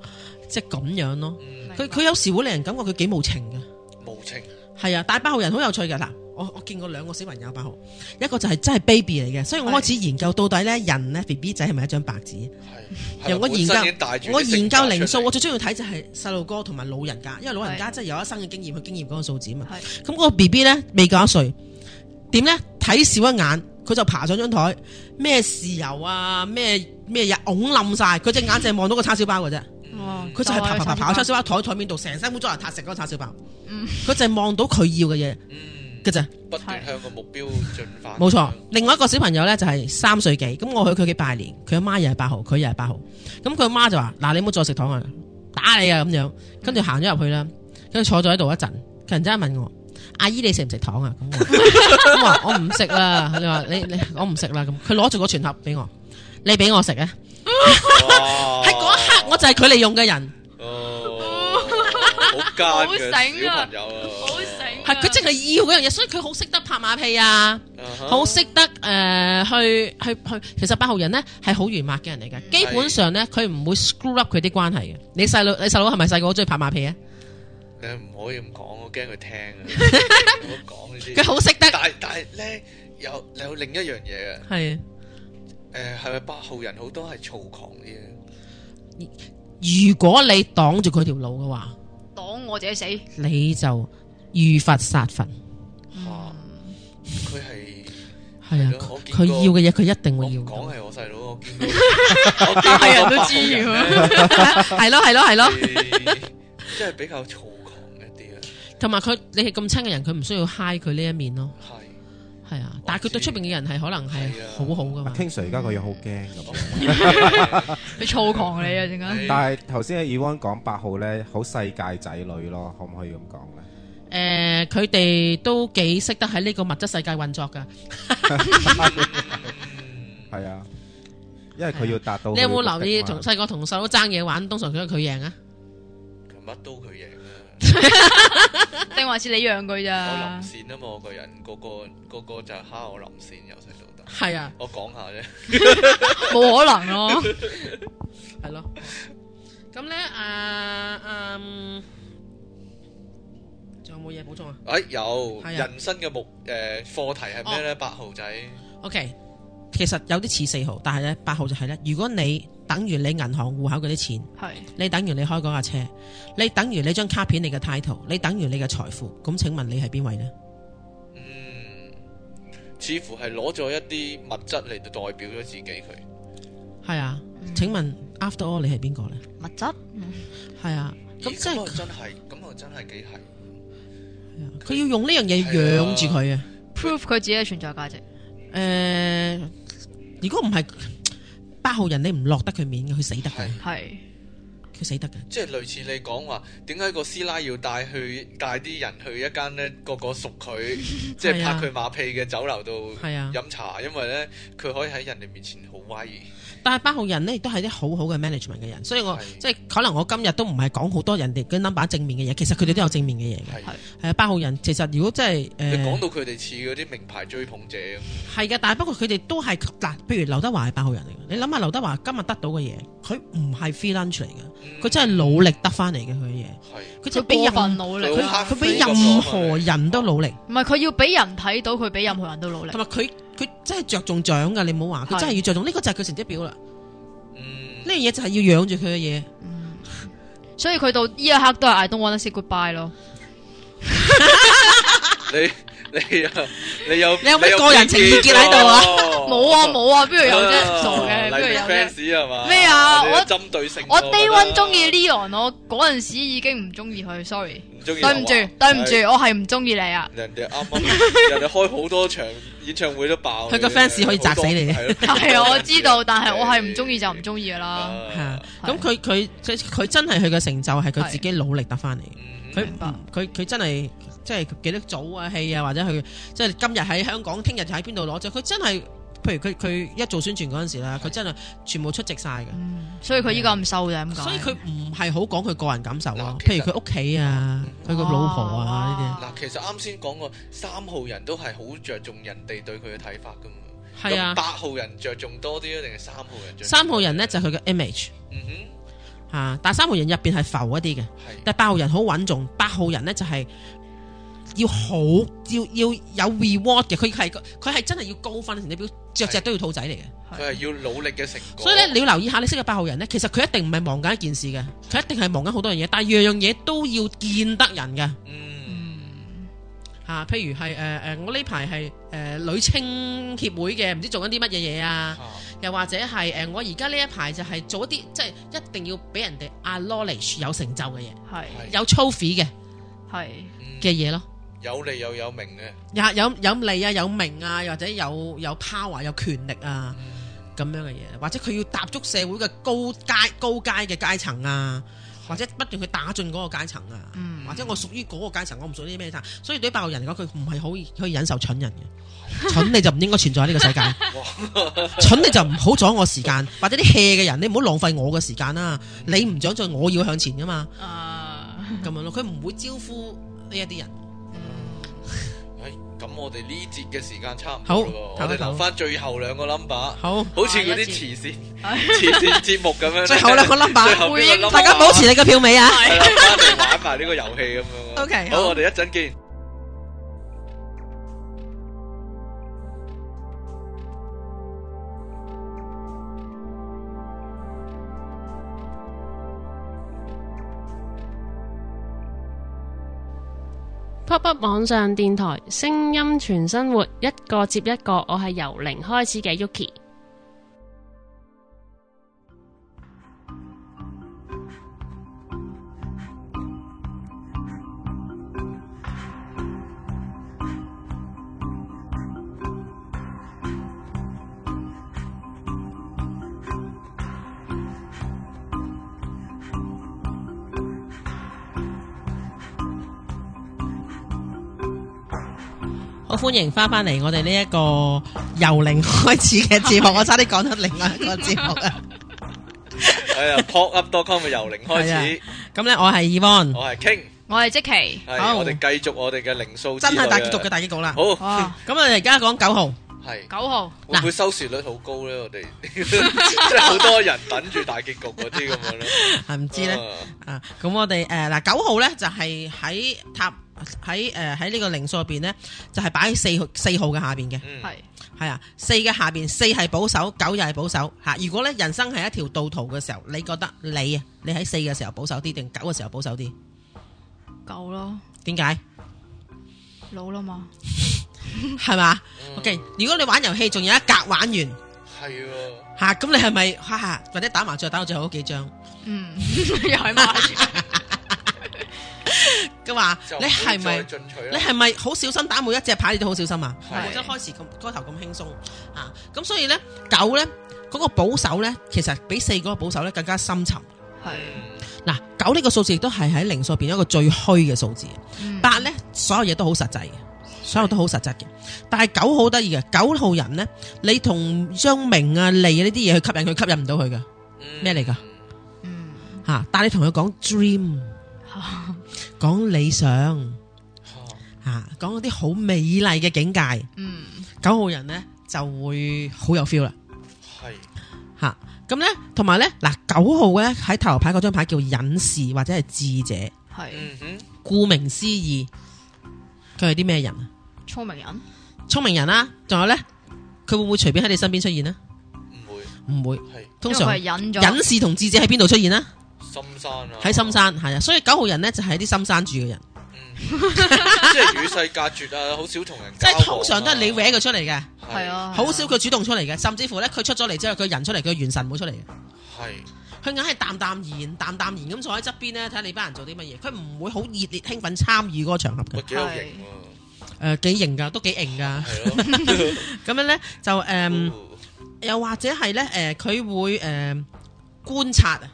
Speaker 3: 即係咁樣咯。
Speaker 4: 嗯
Speaker 3: 佢佢有時會令人感覺佢幾無情㗎。
Speaker 4: 無情，
Speaker 3: 係啊，但係八號人好有趣嘅嗱，我我見過兩個小朋友八號，一個就係真係 baby 嚟嘅，所以我
Speaker 1: 係
Speaker 3: 開始研究到底咧人咧 B B 仔係咪一張白紙？啊
Speaker 4: 係
Speaker 3: 由我研究我研究靈數，我
Speaker 4: 系
Speaker 3: 最中意睇就係細路哥同埋老人家，因為老人家真係有一生嘅經驗去經驗嗰個數字啊嘛。
Speaker 1: 系
Speaker 3: 咁嗰個 B B 咧未夠一歲，點咧睇少一眼，佢就爬上張台，咩豉油啊，咩咩嘢拱冧晒，佢隻眼淨係望到個叉燒包嘅啫。
Speaker 1: 哇
Speaker 3: 佢就係爬爬爬爬
Speaker 1: 嗯就
Speaker 3: 叉
Speaker 1: 係
Speaker 3: 燒包台台面度，成身污糟邋遢食嗰個叉燒包
Speaker 1: 嗯。
Speaker 3: 佢就係望到佢要嘅嘢
Speaker 4: 嗯
Speaker 3: 嘅啫。
Speaker 4: 不斷向個目標進發。
Speaker 3: 冇錯，另外一個小朋友呢，就係三歲幾，咁我去佢屋企拜年，佢阿媽又係八號，佢又係八號，咁佢阿媽就話：嗱，你唔好再食糖啊，打你啊咁樣。跟住行咗入去啦，跟住坐咗喺度一陣，佢人真係問我：阿姨你食唔食糖啊？咁我咁我話我唔食啦。你話你你我唔食啦咁，佢攞住個全盒俾我，你俾我食啊！
Speaker 4: 哇
Speaker 3: 喺嗰一刻我就係佢利用嘅人，
Speaker 4: 哦，好奸
Speaker 1: 好
Speaker 4: 嘅
Speaker 1: 醒
Speaker 4: 小
Speaker 1: 啊
Speaker 4: 朋友啊，
Speaker 1: 好醒
Speaker 3: 係佢即係要嗰樣嘢，所以佢好識得拍馬屁啊！
Speaker 4: 啊哈，
Speaker 3: 好識得誒、呃去去去，其實八號人呢係好圓滑嘅人嚟
Speaker 4: 嗯
Speaker 3: 嘅，基本上呢，佢唔會 screw up 佢啲關係嘅。你細佬你細佬係咪細個好中意拍馬屁啊？
Speaker 4: 你唔可以咁講，我驚佢聽啊！唔好講呢
Speaker 3: 佢
Speaker 4: 啲。
Speaker 3: 好識得
Speaker 4: 但係但係咧，有有另一樣嘢嘅，
Speaker 3: 係。
Speaker 4: 誒係咪八號人好多係躁狂啲咧？
Speaker 3: 如果你擋住佢條路嘅話，
Speaker 1: 挡我自己死
Speaker 3: 你就遇佛殺佛。
Speaker 1: 哦
Speaker 4: 嚇，
Speaker 1: 嗯
Speaker 4: 佢係
Speaker 3: 係啊
Speaker 4: 係咯我，見過
Speaker 3: 佢要嘅嘢佢一定
Speaker 4: 我
Speaker 3: 會要
Speaker 4: 唔
Speaker 3: 到。
Speaker 4: 講係我細佬，我見到我見
Speaker 1: 係人
Speaker 4: 過
Speaker 1: 都
Speaker 4: 個八
Speaker 1: 知
Speaker 4: 號 <laughs> 人
Speaker 1: 嘅
Speaker 4: 咧
Speaker 3: 係咯係咯係咯， <laughs>
Speaker 4: 係即係比較躁狂一啲啊，
Speaker 3: 同埋佢你係咁親嘅人，佢唔需要嗨佢呢一面咯。
Speaker 4: 係。
Speaker 3: 系啊，但系佢對出边嘅人係可能係
Speaker 4: 係啊
Speaker 3: 好好噶
Speaker 5: 阿
Speaker 3: 嘛，
Speaker 5: King Sir 而家個樣好驚咁。
Speaker 1: 佢躁狂 <laughs> 你啊，陣間。
Speaker 5: 但係頭先阿 Evan 講八號咧，好世界仔女咯，可唔可以咁講
Speaker 3: <laughs>
Speaker 5: 咧？
Speaker 3: 诶，呃佢哋都幾識得喺呢個物質世界運作噶。
Speaker 4: 嗯
Speaker 5: 係啊，因為佢要達到
Speaker 3: 啊你有冇留意
Speaker 5: 佢嘅目的
Speaker 3: 同
Speaker 5: 嘛
Speaker 3: 細個同細佬爭嘢玩，通常佢佢贏啊？
Speaker 4: 佢乜都佢贏啊！
Speaker 1: 定還是你讓佢
Speaker 4: 我
Speaker 1: 咋
Speaker 4: 臨？線啊嘛，我個人個個個個就蝦我臨線，由細到大。
Speaker 3: 係啊，
Speaker 4: 我講下啫，
Speaker 1: 冇可能咯。
Speaker 3: 係咯。咁咧，啊嗯，仲有冇嘢補充啊
Speaker 4: 哎有
Speaker 3: 係啊哦
Speaker 4: 人生嘅目誒課題係咩咧？八號仔
Speaker 3: ？OK，其實有啲似四號，但係咧八號就係咧，如果你等於你銀行户口嗰啲錢。
Speaker 1: <laughs> 係
Speaker 3: 你等於你開嗰架車，你等於你張卡片你嘅 title，你等於你嘅財富，咁請問你係邊位呢？
Speaker 4: 嗯，似乎係攞咗一啲物質嚟到代表咗自己佢。
Speaker 3: 係啊，請問 after all 你係邊個呢？
Speaker 1: 物質，
Speaker 3: 係啊，咁
Speaker 4: 咦
Speaker 3: 即係
Speaker 4: 我真係，咁我真係幾係。
Speaker 3: 係啊佢要用呢樣嘢養住佢啊。
Speaker 1: prove 佢自己嘅存在價值。
Speaker 3: 诶、如果唔係八號人，你唔落得佢面嘅，佢死得嘅
Speaker 4: 係，
Speaker 1: 係
Speaker 3: 佢死得嘅。
Speaker 4: 即係類似你講話，點解個師奶要帶去帶啲人去一間咧個個熟佢，即係拍
Speaker 3: 係啊
Speaker 4: 佢馬屁嘅酒樓度
Speaker 3: 係啊，
Speaker 4: 飲茶，因為咧佢可以喺人哋面前好威。
Speaker 3: 但係八號人呢，亦都係啲好好嘅 management 嘅人，所以我
Speaker 4: 係
Speaker 3: 即係可能我今日都唔係講好多人哋嘅 number 正面嘅嘢，其實佢哋都有正面嘅嘢嘅。
Speaker 4: 係
Speaker 1: 係
Speaker 3: 係啊，八號人其實如果真係
Speaker 4: 你
Speaker 3: 诶。
Speaker 4: 講到佢哋似嗰啲名牌追捧者咁，
Speaker 3: 係嘅，但係不過佢哋都係嗱，譬如劉德華係八號人嚟嘅，你諗下劉德華今日得到嘅嘢，佢唔係 free lunch 嚟嘅，
Speaker 4: 嗯
Speaker 3: 佢真係努力得翻嚟嘅佢嘅嘢，
Speaker 4: 係
Speaker 3: 佢
Speaker 1: 佢
Speaker 3: 就比
Speaker 1: 過
Speaker 3: 任
Speaker 1: 分努力，啊
Speaker 3: 佢
Speaker 4: 好
Speaker 3: 佢
Speaker 4: 黑
Speaker 3: 比
Speaker 4: 呢個
Speaker 3: 任
Speaker 4: 講法
Speaker 3: 何人都努力，
Speaker 1: 唔係佢要俾人睇到，佢比任何人都努力
Speaker 3: 同。埋佢佢真係着重獎㗎，你唔好話
Speaker 1: 係
Speaker 3: 佢真係要着重，呢個就係佢成績表啦，
Speaker 4: 嗯
Speaker 3: 呢樣嘢就係要養住佢嘅嘢，
Speaker 1: 嗯所以佢到呢一刻都係 I don't wanna say goodbye 咯。
Speaker 4: 你你有你有
Speaker 3: 你有乜個人情意結喺度啊
Speaker 4: 哦
Speaker 1: 冇啊冇啊，邊度有啫？傻嘅，邊度
Speaker 4: 啊黎明
Speaker 1: 有啫？
Speaker 4: fans 係嘛？
Speaker 1: 咩啊
Speaker 4: 你有
Speaker 1: 我
Speaker 4: 針對性喎。
Speaker 1: 我 day
Speaker 4: 覺得
Speaker 1: one 中意 Leon，我嗰陣時已經唔中意佢，sorry。
Speaker 4: 唔中意
Speaker 1: 對唔住
Speaker 4: 劉華，
Speaker 1: 對唔住，我係唔中意你啊！
Speaker 4: 人哋啱
Speaker 3: <laughs>
Speaker 4: 啱人哋開好多場演唱會都爆，
Speaker 3: 佢個 fans 可以砸死你
Speaker 1: <laughs>
Speaker 4: 嘅。
Speaker 1: 係啊，我知道，但係我係唔中意就唔中意噶啦。
Speaker 3: <laughs> 嚇
Speaker 4: 啊，
Speaker 1: 係
Speaker 3: 咁佢佢佢佢真係佢嘅成就係佢自己努力得翻嚟嘅。
Speaker 4: 嗯
Speaker 3: 佢
Speaker 1: 明白
Speaker 3: 佢佢真係即係幾多組啊戲啊，或者佢即係今日喺香港，聽日就喺邊度攞獎，佢真係。譬如佢佢一做宣傳嗰陣時啦，佢真係全部出席晒嘅，
Speaker 1: 嗯所以佢依家咁瘦就係咁解。
Speaker 3: 所以佢唔係好講佢個人感受咯
Speaker 4: 嗱。其
Speaker 3: 譬
Speaker 4: 實
Speaker 3: 如佢屋企啊，佢個老婆啊
Speaker 4: 哦嗱，其實啱先講過三號人都係好着重人哋對佢嘅睇法噶嘛。
Speaker 3: 呢啲，係
Speaker 4: 咁
Speaker 3: 啊。
Speaker 4: 八號人着重多啲啊，定係三號人着重多啲？
Speaker 3: 三號人呢就係佢嘅 image
Speaker 4: 嗯
Speaker 3: 嚇、但係三號人入邊係浮一啲嘅，
Speaker 4: 哼，係
Speaker 3: 但係八號人好穩重，八號人呢就係、要好要要有 reward 嘅，佢係佢係真係要高分成績表，隻隻都要兔仔嚟嘅。
Speaker 4: 佢係要努力嘅成果。
Speaker 3: 所以咧，你要留意下，你識嘅八號人咧，其實佢一定唔係忙緊一件事嘅，佢一定係忙緊好多樣嘢，但係樣樣嘢都要見得人嘅
Speaker 4: 嗯，
Speaker 1: 嗯
Speaker 3: 嚇、啊譬如係誒誒，我呢排係誒女青協會嘅，唔知做緊啲乜嘢嘢啊，
Speaker 4: 啊
Speaker 3: 又或者係誒、呃我而家呢一排就係做一啲即係一定要俾人哋 acknowledge 有成就嘅嘢，
Speaker 1: 係
Speaker 4: 係
Speaker 3: 有 trophy 嘅
Speaker 1: 係
Speaker 4: 嗯
Speaker 3: 嘅嘢咯。
Speaker 4: 有利又有名嘅，
Speaker 3: 有有有利啊，有名啊，又或者有有 power 有權力啊，咁樣嘅嘢，或者佢要踏足社會嘅高階高階嘅階層啊，或者不斷去打進嗰個階層啊，
Speaker 1: 嗯
Speaker 3: 或者我屬於嗰個階層，我唔屬於咩層，所以對八號人嚟講，佢唔係好可以忍受蠢人嘅，蠢你就唔應該存在喺呢個世界，蠢你就唔好阻我時間，或者啲 hea 嘅人，你唔好浪費我嘅時間啦，你唔長進，我要向前噶嘛，
Speaker 1: 啊，嗯
Speaker 3: 咁樣咯，佢唔會招呼呢一啲人。
Speaker 4: 唉，咁我哋呢節嘅時間差唔
Speaker 3: 好
Speaker 4: 多咯，我
Speaker 3: 唞
Speaker 4: 哋
Speaker 3: 一唞
Speaker 4: 留翻最後兩個 number，
Speaker 3: 好，
Speaker 4: 好似嗰
Speaker 1: 啊一節
Speaker 4: 啲慈善慈善節目咁樣呢。
Speaker 3: 最後兩個
Speaker 4: <laughs>
Speaker 3: number
Speaker 4: 最。後
Speaker 1: 回應
Speaker 4: 呢個 number
Speaker 3: 大家保持你嘅票尾啊！
Speaker 4: 係啦，翻嚟玩埋呢個遊戲咁樣咯。
Speaker 3: OK，
Speaker 4: 好，
Speaker 3: 好
Speaker 4: 我哋一陣見。
Speaker 6: pop up 网上电台，声音全生活，一个接一个。我系由零开始嘅 Yuki。
Speaker 3: 歡迎翻翻嚟我哋呢一個由零開始嘅 <laughs> 節目，我差啲講咗另外一個節目啊！
Speaker 4: 哎呀，pop up.com 嘅由零開始，
Speaker 3: 咁咧，我係 Evan，
Speaker 4: 我係 King，
Speaker 1: 我係即期，
Speaker 4: 係
Speaker 3: 好
Speaker 4: 我哋繼續我哋嘅零數之
Speaker 3: 真係大
Speaker 4: 旅
Speaker 3: 結
Speaker 4: 啊
Speaker 3: 局嘅大結局啦！
Speaker 4: 好
Speaker 3: <laughs>
Speaker 1: 哇，
Speaker 3: 咁我哋而家講九號，
Speaker 4: 係
Speaker 1: 九號，
Speaker 4: 會唔會收視率好高咧？我哋 <laughs> 即係好多人等住大結局嗰啲咁樣咯。
Speaker 3: 係唔知咧
Speaker 4: 啊
Speaker 3: 啊！咁我哋誒嗱九號咧就係喺塔喺誒喺呢個零數入邊咧，就係擺喺四號四號嘅下邊嘅。
Speaker 4: 嗯，
Speaker 1: 係
Speaker 3: 系啊，四嘅下边四係保守，九又係保守吓。如果咧人生係一條道途嘅時候，你覺得你啊，你喺四嘅時候保守啲定九嘅時候保守啲？
Speaker 1: 夠咯，
Speaker 3: 點解？
Speaker 1: 老啦嘛，
Speaker 3: 係嘛？OK，如果你玩遊戲仲有一格玩完吓，
Speaker 4: 係喎。
Speaker 3: 咁、你係咪哈哈或者打麻雀打到最後嗰幾張
Speaker 1: 嗯， <laughs> 又係麻雀，
Speaker 3: 嘅話，
Speaker 4: 就唔
Speaker 3: 你
Speaker 4: 會
Speaker 3: 係咪
Speaker 4: 再進取
Speaker 3: 你
Speaker 4: 啦？
Speaker 3: 係咪好小心打每一隻牌？你都好小心啊！
Speaker 4: 係
Speaker 3: 或者開始咁開頭咁輕鬆啊！咁所以咧九咧嗰、個保守咧，其實比四嗰個保守咧更加深沉。
Speaker 1: 係，
Speaker 3: 嗱，九呢個數字亦都係喺零數入邊一個最虛嘅數字。
Speaker 1: 嗯
Speaker 3: 八咧，所有嘢都好實際嘅，所有都好實質嘅。但係九好得意嘅，九號人咧，你同張明啊、利啊呢啲嘢去吸引佢，吸引唔到佢嘅
Speaker 4: 嗯
Speaker 3: 咩嚟㗎？
Speaker 1: 嗯，
Speaker 3: 吓。嚇但係你同佢講
Speaker 1: <laughs>
Speaker 3: dream，講理想吓，嚇講嗰啲好美麗嘅境界，
Speaker 1: 嗯，
Speaker 3: 九號人咧就會好有 feel 啦
Speaker 4: 係
Speaker 3: 吓。嚇咁咧，同埋咧，嗱九號咧喺塔羅牌嗰張牌叫隱士或者係智者，
Speaker 1: 係
Speaker 4: 嗯哼，
Speaker 3: 顧名思義，佢係啲咩人啊？
Speaker 1: 聰明人，
Speaker 3: 聪明人啦、仲有咧，佢會唔會隨便喺你身邊出現呢？
Speaker 4: 唔會
Speaker 3: 唔會，
Speaker 4: 係
Speaker 3: 通常
Speaker 1: 因為佢係忍咗，
Speaker 3: 隱士同智者喺邊度出現呢？
Speaker 4: 深山啊，
Speaker 3: 喺深，山，係啊，所以九號人呢，就係啲深山住嘅人，
Speaker 4: 嗯 <laughs> 即係與世隔絕啊，好少同人
Speaker 3: 即
Speaker 4: 交往啊，
Speaker 3: 係通常都係你搲佢出嚟嘅，
Speaker 1: 係，啊，
Speaker 3: 好少佢主動出嚟嘅，甚至乎呢，佢出咗嚟之後，佢人出嚟，佢元神冇出嚟嘅，
Speaker 4: 係
Speaker 3: 佢硬係淡淡然、淡淡然咁坐喺側邊呢，睇下你班人做啲乜嘢，佢唔會好熱烈興奮參與嗰個場合嘅
Speaker 4: 我，幾有型
Speaker 3: 誒幾型㗎，都幾型
Speaker 4: <laughs>
Speaker 3: 㗎
Speaker 4: 喎，，係
Speaker 3: 咁樣呢，就誒、
Speaker 1: 哦
Speaker 4: 咯，
Speaker 3: 又或者係呢，誒、佢會誒、觀察啊，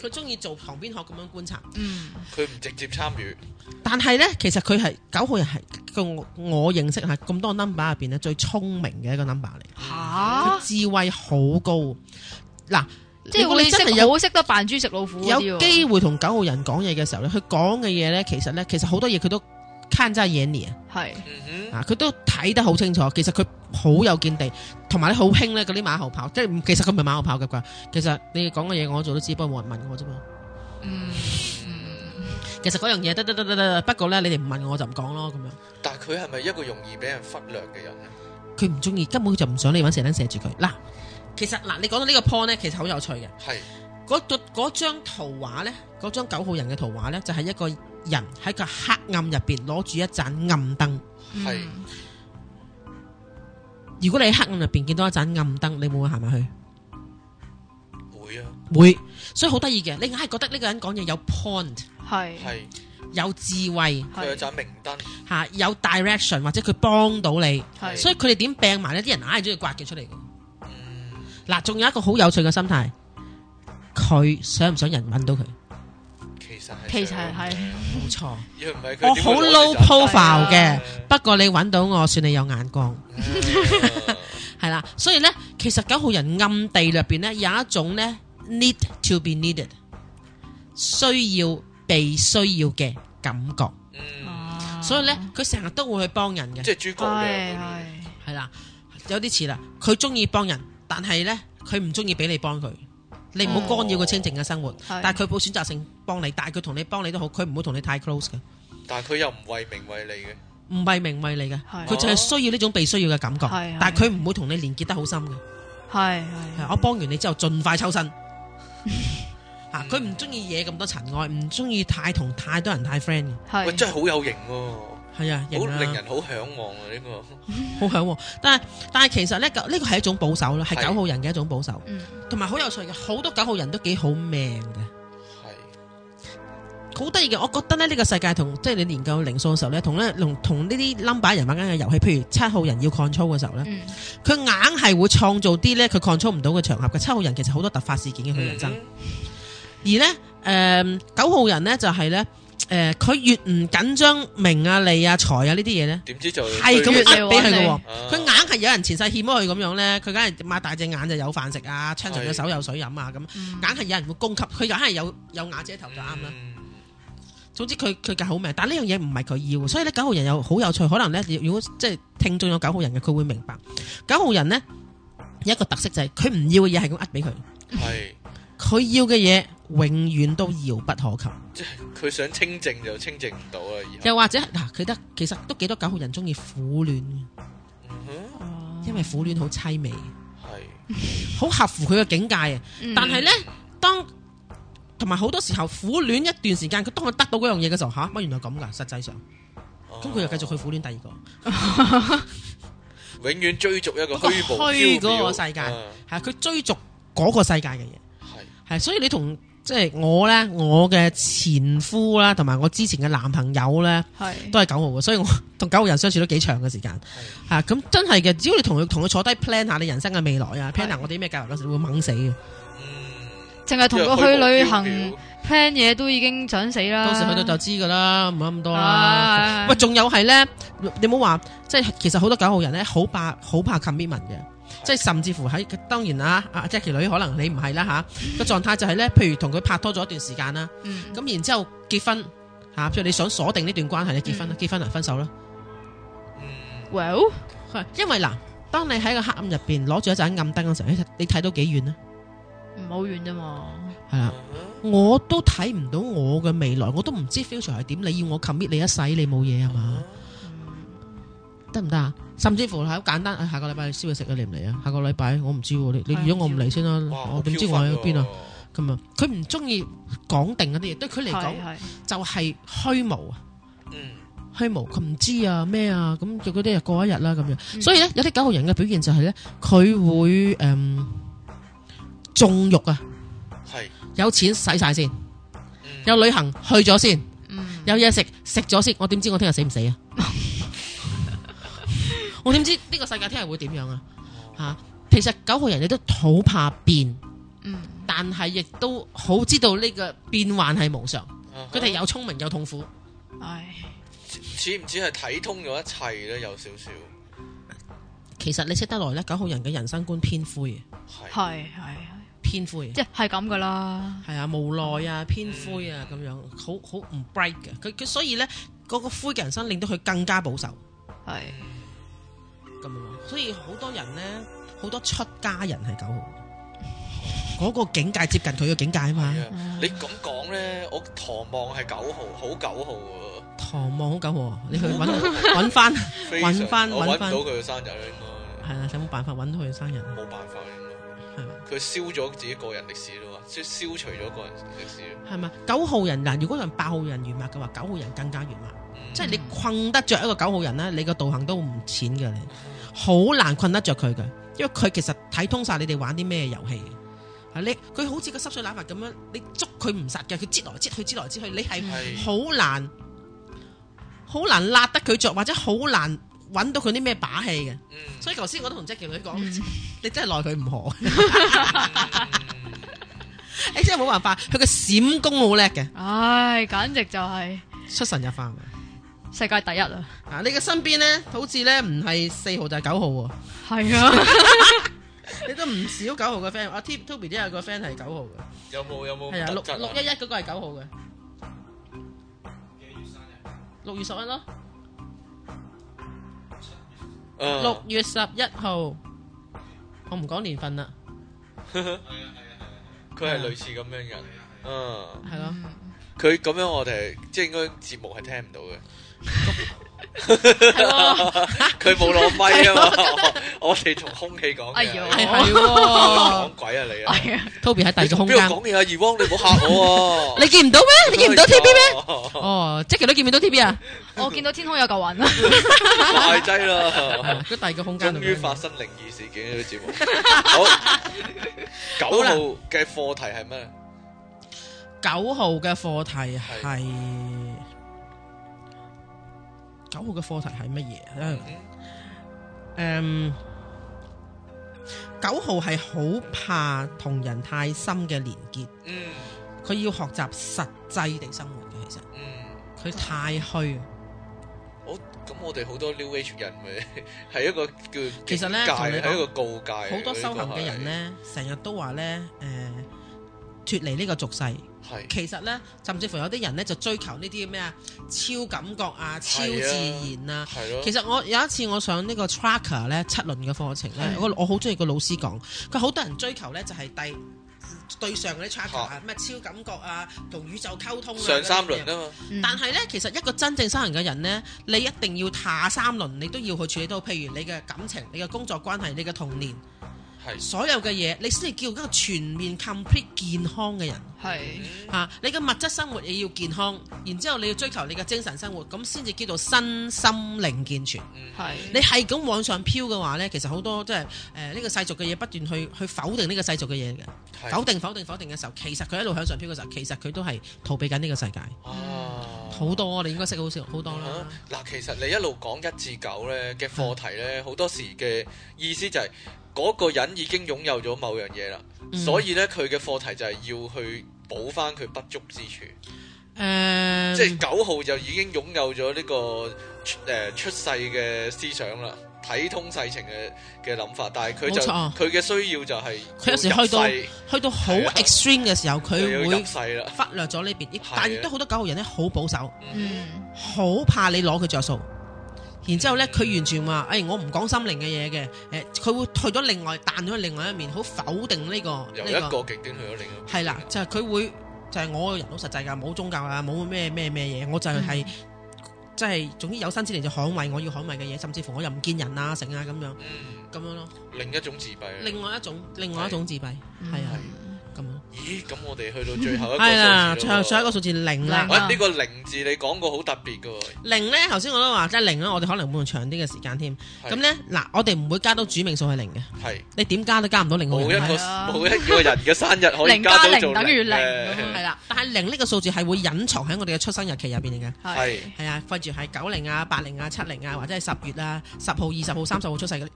Speaker 3: 佢
Speaker 4: 係
Speaker 3: 中意做旁邊學咁樣觀察。
Speaker 1: 嗯，
Speaker 4: 佢唔直接參與，
Speaker 3: 但係咧，其實佢係九號人係個我我認識係咁多 number 入邊咧最聰明嘅一個 number 嚟，
Speaker 1: 吓，
Speaker 3: 智慧好高。嗱，
Speaker 1: 啊即
Speaker 3: 如果
Speaker 1: 係
Speaker 3: 你
Speaker 1: 你
Speaker 3: 真係
Speaker 1: 識
Speaker 3: 有
Speaker 1: 好識得扮豬食老虎嗰啲
Speaker 3: 有
Speaker 1: 喎
Speaker 3: 機會同九號人講嘢嘅時候咧，佢講嘅嘢咧，其實咧，其實好多嘢佢都看在眼裏啊，
Speaker 1: 係，
Speaker 4: 嗯哼，
Speaker 3: 啊，佢都睇得好清楚。其實佢好有見地，同埋咧好興咧嗰啲馬後炮，即係其實佢唔係馬後炮嘅啩。其實你講嘅嘢我做都知，不過冇人問我啫嘛。
Speaker 1: 嗯，
Speaker 3: 其實嗰樣嘢得得得得得，不過咧你哋唔問我就唔講咯咁樣。
Speaker 4: 但係佢係咪一個容易俾人忽略嘅人咧？
Speaker 3: 佢唔中意，根本佢就唔想你揾蛇燈射住佢。嗱，其實嗱，你講到呢個 point 咧，其實好有趣嘅。
Speaker 4: 係
Speaker 3: 嗰度嗰張圖畫咧，嗰張九號人嘅圖畫咧，就係、一個人喺個黑暗入邊攞住一盞暗燈。
Speaker 1: 嗯
Speaker 4: 係
Speaker 3: 如果你喺黑暗入邊見到一盞暗燈，你會唔會行埋去？
Speaker 4: 會啊，
Speaker 3: 會，所以好得意嘅，你硬係覺得呢個人講嘢有 point，
Speaker 1: 係
Speaker 4: 係
Speaker 3: 有智慧
Speaker 4: 佢有盞明燈，
Speaker 3: 嚇、有 direction 或者佢幫到你，
Speaker 1: 係
Speaker 3: 所以佢哋點病埋呢啲人硬係中意刮嘅出嚟嘅。
Speaker 4: 嗯，
Speaker 3: 嗱，仲有一個好有趣嘅心態，佢想唔想人揾到佢？
Speaker 4: 其實係
Speaker 1: 其實
Speaker 4: 想
Speaker 1: <laughs> 係
Speaker 4: 嘅，
Speaker 3: 冇錯。
Speaker 4: 要唔係佢
Speaker 3: 我
Speaker 4: 點
Speaker 3: 好
Speaker 4: 會攞你
Speaker 3: low
Speaker 4: 盞
Speaker 3: profile
Speaker 1: 係
Speaker 3: 嘅
Speaker 1: 啊，
Speaker 3: 不過你揾到我，算你有眼光，
Speaker 4: 燈？
Speaker 3: 係啦。所以呢，其實九號人暗地裏邊呢，有一種呢 need to be needed，需要被需要嘅感覺。
Speaker 1: <laughs>
Speaker 4: 嗯，
Speaker 3: 所以呢，佢成日都會去幫人嘅，
Speaker 4: 即係諸葛
Speaker 1: 係
Speaker 4: 亮嗰啲
Speaker 1: 係
Speaker 3: 係啦，有啲似啦。佢中意幫人，但係呢，佢唔中意俾你幫佢。你唔好干擾佢清靜嘅生活，
Speaker 1: 哦係
Speaker 3: 但係佢冇選擇性幫你，但係佢同你幫你都好，佢唔會同你太 close 嘅，
Speaker 4: 但係佢又唔為名為利嘅。
Speaker 3: 唔係名為利嘅。
Speaker 1: 係
Speaker 3: 佢就係需要呢種被需要嘅感覺，
Speaker 1: 係係
Speaker 3: 但係佢唔會同你連結得好深嘅。
Speaker 1: 係
Speaker 3: 係
Speaker 1: 係
Speaker 3: 我幫完你之後，盡快抽身。 <laughs> 吓，佢唔中意惹咁多塵埃，唔中意太同太多人太 friend 嘅。
Speaker 1: 係
Speaker 4: 喂，真係好有型喎，
Speaker 3: 係啊，型
Speaker 4: 好
Speaker 3: 啊
Speaker 4: 令人好向往啊！呢個
Speaker 3: 好向往。但係但係其實呢，呢個係一種保守啦，係
Speaker 4: 係
Speaker 3: 九號人嘅一種保守，
Speaker 1: 嗯
Speaker 3: 同埋好有趣嘅。好多九號人都幾好命嘅，
Speaker 4: 係
Speaker 3: 好得意嘅。我覺得咧，呢個世界同即係你研究靈數嘅時候呢，同咧同同呢啲 number 人玩緊嘅遊戲，譬如七號人要 control 嘅時候呢，
Speaker 1: 嗯
Speaker 3: 佢硬係會創造啲呢，佢 control 唔到嘅場合嘅。七號人
Speaker 4: 嗯
Speaker 3: 其呃實好多突發事件嘅佢人生。而咧，誒、九號人咧就係、呢，咧，诶，佢、越唔緊張名啊、利啊、財啊呢啲嘢咧，
Speaker 4: 點知就
Speaker 3: 係
Speaker 1: 越
Speaker 3: 咁
Speaker 1: 嚟
Speaker 3: 呃俾佢嘅
Speaker 1: 搵
Speaker 3: 喎
Speaker 1: 你。
Speaker 4: 啊
Speaker 3: 佢硬係有人前世欠咗佢咁樣咧，佢梗係擘大隻眼就有飯食啊，撐長隻手有水飲啊咁，硬
Speaker 1: 嗯
Speaker 3: 係有人會供給佢，硬係有有瓦遮頭就啱啦。
Speaker 4: 嗯
Speaker 3: 總之佢佢計好命，但呢樣嘢唔係佢要，所以咧九號人又好有趣，可能咧如果即係聽眾有九號人嘅，佢會明白九號人咧有一個特色就係佢唔要嘅嘢係咁呃俾佢，
Speaker 4: 係
Speaker 3: 佢要嘅嘢永遠都遙不可及。
Speaker 4: 佢想清靜就清靜唔到啊！以後
Speaker 3: 又或者嗱，佢得其實都幾多九號人中意苦戀嘅，
Speaker 4: 嗯
Speaker 1: 哦
Speaker 3: 因為苦戀好凄美，
Speaker 4: 哼
Speaker 3: 好合乎佢嘅境界啊。
Speaker 1: 嗯
Speaker 3: 但係咧，當同埋好多時候苦戀一段時間，佢當佢得到嗰樣嘢嘅時候，吓、乜原來咁噶？實際上，
Speaker 1: 哦
Speaker 4: 係
Speaker 3: 咁佢又繼續去苦戀第二個，
Speaker 4: 啊去，永遠追逐一個虛無
Speaker 3: 虛嗰個
Speaker 4: 縹緲
Speaker 3: 世界
Speaker 4: 啊
Speaker 3: 係啊佢追逐嗰個世界嘅嘢。
Speaker 4: 係
Speaker 3: 係，啊所以你同即係我咧，我嘅前夫啦，同埋我之前嘅男朋友咧，
Speaker 1: 系
Speaker 3: 都係九號嘅，所以我 <laughs> 同九號人相處都幾長嘅時間。嚇，咁真係嘅，只要你同佢同佢坐低 plan 下你人生嘅未來啊，plan 下我哋啲咩計劃嗰時會掹死嘅。
Speaker 4: 嗯
Speaker 1: 净系同
Speaker 4: 因為
Speaker 1: 佢去
Speaker 4: 虛無
Speaker 1: 旅
Speaker 4: 縹
Speaker 1: 行
Speaker 4: 緲
Speaker 1: plan 嘢都已經想死啦。
Speaker 3: 到時去到就知噶啦，唔好咁多啦
Speaker 1: 啊。
Speaker 3: 喂，仲有係咧，你唔好話，即係其實好多九號人咧，好怕好怕 commitment 嘅，即係甚至乎喺當然啦，阿 Jackie 女可能你唔係啦吓，個狀態就係咧，譬如同佢拍拖咗一段時間啦，
Speaker 1: 嗯
Speaker 3: 咁然之後結婚吓，譬如你想鎖定呢段關係，你結婚啦，結婚啊啦，分手啦，
Speaker 4: 嗯
Speaker 1: ，well
Speaker 3: 因為嗱，當你喺個黑暗入邊攞住一盞暗燈嘅時候，你睇你睇到幾遠呢？
Speaker 1: 唔好遠啫嘛。
Speaker 3: 係啦。
Speaker 4: 嗯
Speaker 3: 我都睇唔到我嘅未來，我都唔知 future 係點。你要我 commit 你一世，你冇嘢啊嘛？
Speaker 1: Ừ.
Speaker 3: 得唔得啊？甚至乎係好簡單，哎下個禮拜你燒嘢食啊，你唔嚟啊？下個禮拜我唔知喎，
Speaker 1: 係
Speaker 3: 你你如果我唔嚟先啦，
Speaker 4: 哇
Speaker 3: 我點知我喺邊啊？？咁啊，佢唔中意講定嗰啲嘢，對佢嚟
Speaker 1: 係
Speaker 3: 講
Speaker 1: 係
Speaker 3: 就係虛
Speaker 4: 好飄忽
Speaker 3: 無啊，
Speaker 4: 喎嗯，
Speaker 3: 虛無，佢唔知啊咩啊，咁就嗰啲日過一日啦咁樣。
Speaker 1: 嗯
Speaker 3: 所以咧，有啲九號人嘅表現就係咧，佢會誒縱慾啊，
Speaker 4: 係
Speaker 3: 有錢使晒先，
Speaker 4: 嗯
Speaker 3: 有旅行去咗先。
Speaker 1: 嗯
Speaker 3: 有嘢食食咗先，我點知我聽日死唔死啊？ <laughs> 我點知呢個世界聽日會點樣啊？吓、其實九號人你都好怕變，
Speaker 1: 嗯
Speaker 3: 但係亦都好知道呢個變幻係無常。
Speaker 4: 啊哈
Speaker 3: 佢哋有聰明有痛苦，
Speaker 1: 唉
Speaker 4: 似唔似係睇通咗一切咧？有少少
Speaker 3: 其實你識得耐咧，九號人嘅人生觀偏灰嘅，
Speaker 4: 係
Speaker 1: 係係
Speaker 3: 偏灰嘅
Speaker 1: 即係咁噶啦。
Speaker 3: 係啊，無奈啊，偏灰啊，咁樣好好唔 bright 嘅。佢佢所以咧，嗰、個灰嘅人生令到佢更加保守。
Speaker 1: 係
Speaker 3: 咁樣咯所以好多人咧，好多出家人係九號，嗰、個境界接近佢嘅境界啊嘛。
Speaker 4: 係啊你咁講咧，我唐望係九號，好九號喎
Speaker 3: 唐望好九號，你去揾揾翻，係
Speaker 4: 非常
Speaker 3: 搵返
Speaker 4: 我搵
Speaker 3: 搵
Speaker 4: 唔
Speaker 3: 返
Speaker 4: 到佢嘅生日啦，應
Speaker 3: 啊，有冇辦法揾到佢生日啊
Speaker 4: 該？冇辦法應該。
Speaker 3: 係嘛？
Speaker 4: 佢消咗自己個人歷史咯，即係消除咗個人歷史咯。
Speaker 3: 係嘛？九號人嗱，如果有人八號人圓滑嘅話，九號人更加圓滑。
Speaker 4: 嗯
Speaker 3: 即係你困得着一個九號人咧，你個道行都唔淺嘅，你好難困得着佢嘅，因為佢其實睇通晒你哋玩啲咩遊戲嘅。啊你佢好似個濕水揦物咁樣，你捉佢唔實嘅，佢擠來擠去，擠來擠去，你係
Speaker 4: 係
Speaker 3: 好難好難辣得佢着，或者好難揾到佢啲咩把戲嘅。
Speaker 4: 嗯
Speaker 3: 所以頭先我都同 Jackie 女講，
Speaker 1: 嗯
Speaker 3: <laughs> 你真係奈佢唔何，
Speaker 4: 嗯
Speaker 3: <laughs> 你真係冇辦法。佢嘅閃功好叻嘅，
Speaker 1: 唉，簡直就係
Speaker 3: 出神入化。
Speaker 1: 世界第一啊！
Speaker 3: 啊，你嘅身邊咧，好似咧唔係四號就係九號喎。
Speaker 1: 係啊，
Speaker 3: 你都唔少九號嘅 friend，阿 Tip Toby 都有個 friend 係九號嘅，
Speaker 4: 有冇有冇
Speaker 3: 係啊
Speaker 4: 特
Speaker 3: 六
Speaker 4: 質
Speaker 3: 六一一嗰個係九號嘅。六月十一咯，
Speaker 4: 嗯
Speaker 3: 六月十一號，我唔講年份啦，
Speaker 4: 佢係類似咁樣嘅人，嗯，
Speaker 3: 係咯，
Speaker 4: 佢咁樣我哋即係應該節目係聽唔到嘅，
Speaker 3: 係喎，
Speaker 4: 佢冇攞咪啊嘛，我哋從空氣講
Speaker 1: 哎
Speaker 4: 嘅，
Speaker 1: 呦
Speaker 3: 係
Speaker 4: 你
Speaker 3: 係
Speaker 4: 講
Speaker 3: 喎
Speaker 4: 鬼啊你啊！
Speaker 1: 係啊，
Speaker 3: ，Toby 喺第二個空
Speaker 4: 邊
Speaker 3: 間
Speaker 4: 度，講嘢啊？二汪，你唔好嚇
Speaker 3: <laughs>
Speaker 4: 我喎！
Speaker 3: 你見唔到咩？你見唔到 T B 咩？
Speaker 4: 咩？
Speaker 3: 哦，即係都見唔到 T B 啊，
Speaker 1: 我見到天空有嚿雲啊！
Speaker 4: 太擠
Speaker 3: 啊
Speaker 4: 啦！
Speaker 3: 佢第二個空間
Speaker 4: 終
Speaker 3: 度
Speaker 4: 於發生靈異事件呢個節目。好，九號嘅課題係咩？
Speaker 3: 九號嘅課題係九號嘅課題係乜嘢啊？诶、九號係好怕同人太深嘅連結，
Speaker 4: 嗯
Speaker 3: 佢要學習實際地生活嘅。其實
Speaker 4: 嗯
Speaker 3: 佢太虛啊。
Speaker 4: 我咁我哋好多 New Age 人咪 <laughs> 係一個叫
Speaker 3: 其實呢
Speaker 4: 境界
Speaker 3: 同你講
Speaker 4: 係一個告戒，
Speaker 3: 好多修行嘅人咧，成日都話咧，诶、脱離呢個俗世。
Speaker 4: 係
Speaker 3: 其實咧，甚至乎有啲人咧就追求呢啲咩啊，超感覺啊，超
Speaker 4: 係啊
Speaker 3: 自然啊。
Speaker 4: 係咯，
Speaker 3: 其
Speaker 4: 實
Speaker 3: 實我有一次我上呢個 tracker 咧七輪嘅課程咧，
Speaker 4: 係
Speaker 3: 我我好中意個老師講，佢好多人追求咧就係第對上嗰啲 tracker 啊，咩超感覺啊，同宇宙溝通啊。
Speaker 4: 上三輪
Speaker 3: 嗰啲嘢
Speaker 4: 啊嘛，
Speaker 1: 嗯
Speaker 3: 但係咧，其實一個真正修行嘅人咧，你一定要下三輪，你都要去處理到，譬如你嘅感情、你嘅工作關係、你嘅童年，
Speaker 4: 係
Speaker 3: 所有嘅嘢，你先係叫一個全面 complete 健康嘅人。
Speaker 1: 係
Speaker 4: 嗯
Speaker 3: 啊！你嘅物質生活你要健康，然之後你要追求你嘅精神生活，咁先至叫做身心靈健全。
Speaker 4: 嗯
Speaker 1: 係
Speaker 3: 你係咁往上飄嘅話呢，其實好多即係誒呢個世俗嘅嘢不斷去去否定呢個世俗嘅嘢嘅，
Speaker 4: 係
Speaker 3: 否定否定否定嘅時候，其實佢一路向上飄嘅時候，其實佢都係逃避緊呢個世界。
Speaker 4: 啊
Speaker 3: 好多你應該識好少好多啦
Speaker 4: 啊。嗱，其實你一路講一至九咧嘅課題咧，好多時嘅意思就係嗰個人已經擁有咗某樣嘢啦，
Speaker 3: 嗯
Speaker 4: 所以咧佢嘅課題就係要去補翻佢不足之處。
Speaker 3: 誒、
Speaker 4: 即係九號就已經擁有咗呢、個出誒出世嘅思想啦，睇通世情嘅嘅諗法，但係佢就
Speaker 3: 冇錯
Speaker 4: 佢嘅需要就係
Speaker 3: 佢有時
Speaker 4: 要入
Speaker 3: 去到
Speaker 4: 世
Speaker 3: 去到好
Speaker 4: 係啊
Speaker 3: extreme 嘅時候，佢
Speaker 4: 就要
Speaker 3: 會
Speaker 4: 入世啦，
Speaker 3: 忽略咗呢邊，亦
Speaker 4: 係啊
Speaker 3: 但亦都好多九號人咧好保守。
Speaker 1: 嗯
Speaker 3: 好怕你攞佢着數，然之後咧佢完全話：，誒、我唔講心靈嘅嘢嘅，誒、佢會退咗另外彈咗去另外一面，好否定呢、個
Speaker 4: 由
Speaker 3: 呢、
Speaker 4: 一個
Speaker 3: 個
Speaker 4: 極端去到另一個。
Speaker 3: 係啦，就係、佢會就係、我個人好實際㗎，冇宗教啊，冇咩咩咩嘢，我就係、即係總之有生之年就捍衞我要捍衞嘅嘢，甚至乎我又唔見人啊、成啊咁樣
Speaker 4: 嗯，
Speaker 3: 咁樣咯。
Speaker 4: 另一種自閉。
Speaker 3: 另外一種另外一種自閉
Speaker 1: Ừ.
Speaker 3: 係啊咁樣。
Speaker 4: 咦，咁我哋去到最後一個
Speaker 3: 係啦，
Speaker 4: 數字
Speaker 3: 最
Speaker 4: 咯
Speaker 3: 後
Speaker 4: 喎
Speaker 3: 最後一個數字啊零啦
Speaker 1: 零。
Speaker 4: 喂，呢個零字你講過好特別嘅喎，
Speaker 3: 零咧，頭先我都話即係零啦，我哋可能會用長啲嘅時間添。
Speaker 4: 係
Speaker 3: 咁咧嗱，我哋唔會加到主命數係零嘅。
Speaker 4: 係
Speaker 3: 你點加都加唔到零號
Speaker 4: 冇
Speaker 3: 人
Speaker 4: 一個
Speaker 3: 係
Speaker 1: 係啊
Speaker 4: 冇一個人嘅生日可以
Speaker 1: 零
Speaker 4: 加
Speaker 1: 加
Speaker 4: 到
Speaker 1: 零
Speaker 4: 做
Speaker 1: 等於零
Speaker 4: 嘅
Speaker 1: 咁樣
Speaker 3: 係啊啦，但係零呢個數字係會隱藏喺我哋嘅出生日期入邊嚟嘅。
Speaker 1: 係
Speaker 4: 係
Speaker 3: 係啊，分住係九零啊、八零啊、七零啊，或者係十月啊、十號、二十號、三十號出世嘅。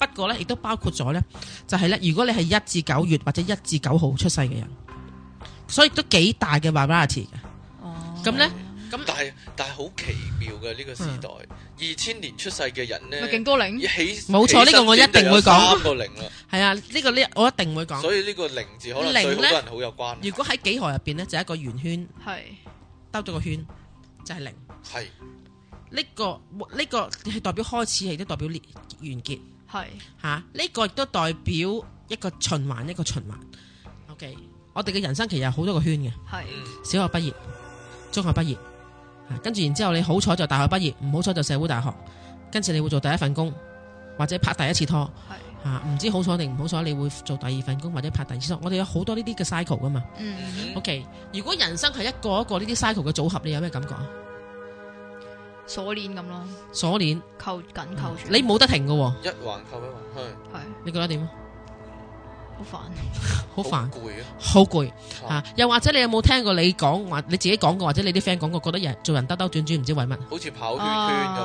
Speaker 3: 不過咧，亦都包括咗咧，就係、呢，咧，如果你係一至九月或者一至九號出世嘅人，所以都幾大嘅 variety 嘅。
Speaker 1: 哦
Speaker 3: 咁咧，
Speaker 4: 但係但係好奇妙嘅呢個時代，二千年出世嘅人
Speaker 1: 咪
Speaker 4: 咧。
Speaker 1: 勁多零
Speaker 4: 起
Speaker 3: 冇錯呢個我一定會講
Speaker 4: 三個零啦，
Speaker 3: 係啊，呢、個呢，我一定會講。
Speaker 4: 所以呢個零字可能對好多人好有關。
Speaker 3: 如果喺幾何入邊咧，就係一個圓圈
Speaker 1: 係
Speaker 3: 兜咗個圈，就係、零。
Speaker 4: 係
Speaker 3: 呢、個呢、個係代表開始，亦都代表連完結。
Speaker 1: 係
Speaker 3: 吓，呢、個亦都代表一個循環一個循環。OK，我哋嘅人生其實有好多個圈嘅，
Speaker 1: 係
Speaker 4: 嗯
Speaker 3: 小學畢業、中學畢業，啊跟住然之後你好彩就大學畢業，唔好彩就社會大學，跟住你會做第一份工，或者拍第一次拖，
Speaker 1: 係
Speaker 3: 吓、唔知好彩定唔好彩，你會做第二份工或者拍第二次拖。我哋有好多呢啲嘅 cycle 噶嘛。
Speaker 1: 嗯
Speaker 3: OK，如果人生係一個一個呢啲 cycle 嘅組合，你有咩感覺啊？
Speaker 1: 鎖鏈咁咯，
Speaker 3: 鎖鏈，
Speaker 1: 扣緊扣住
Speaker 3: 你冇得停嘅喎，
Speaker 4: 一環扣一環，係
Speaker 1: 係
Speaker 3: 你覺得點啊？
Speaker 1: 好煩。
Speaker 3: 好煩，
Speaker 4: 攰啊！
Speaker 3: 好攰。啊
Speaker 4: 啊！
Speaker 3: 又或者你有冇聽過你講話你自己講過，或者你啲 friend 講過，覺得人做人兜兜轉轉唔知為乜，
Speaker 4: 好似跑圈圈
Speaker 1: 嗯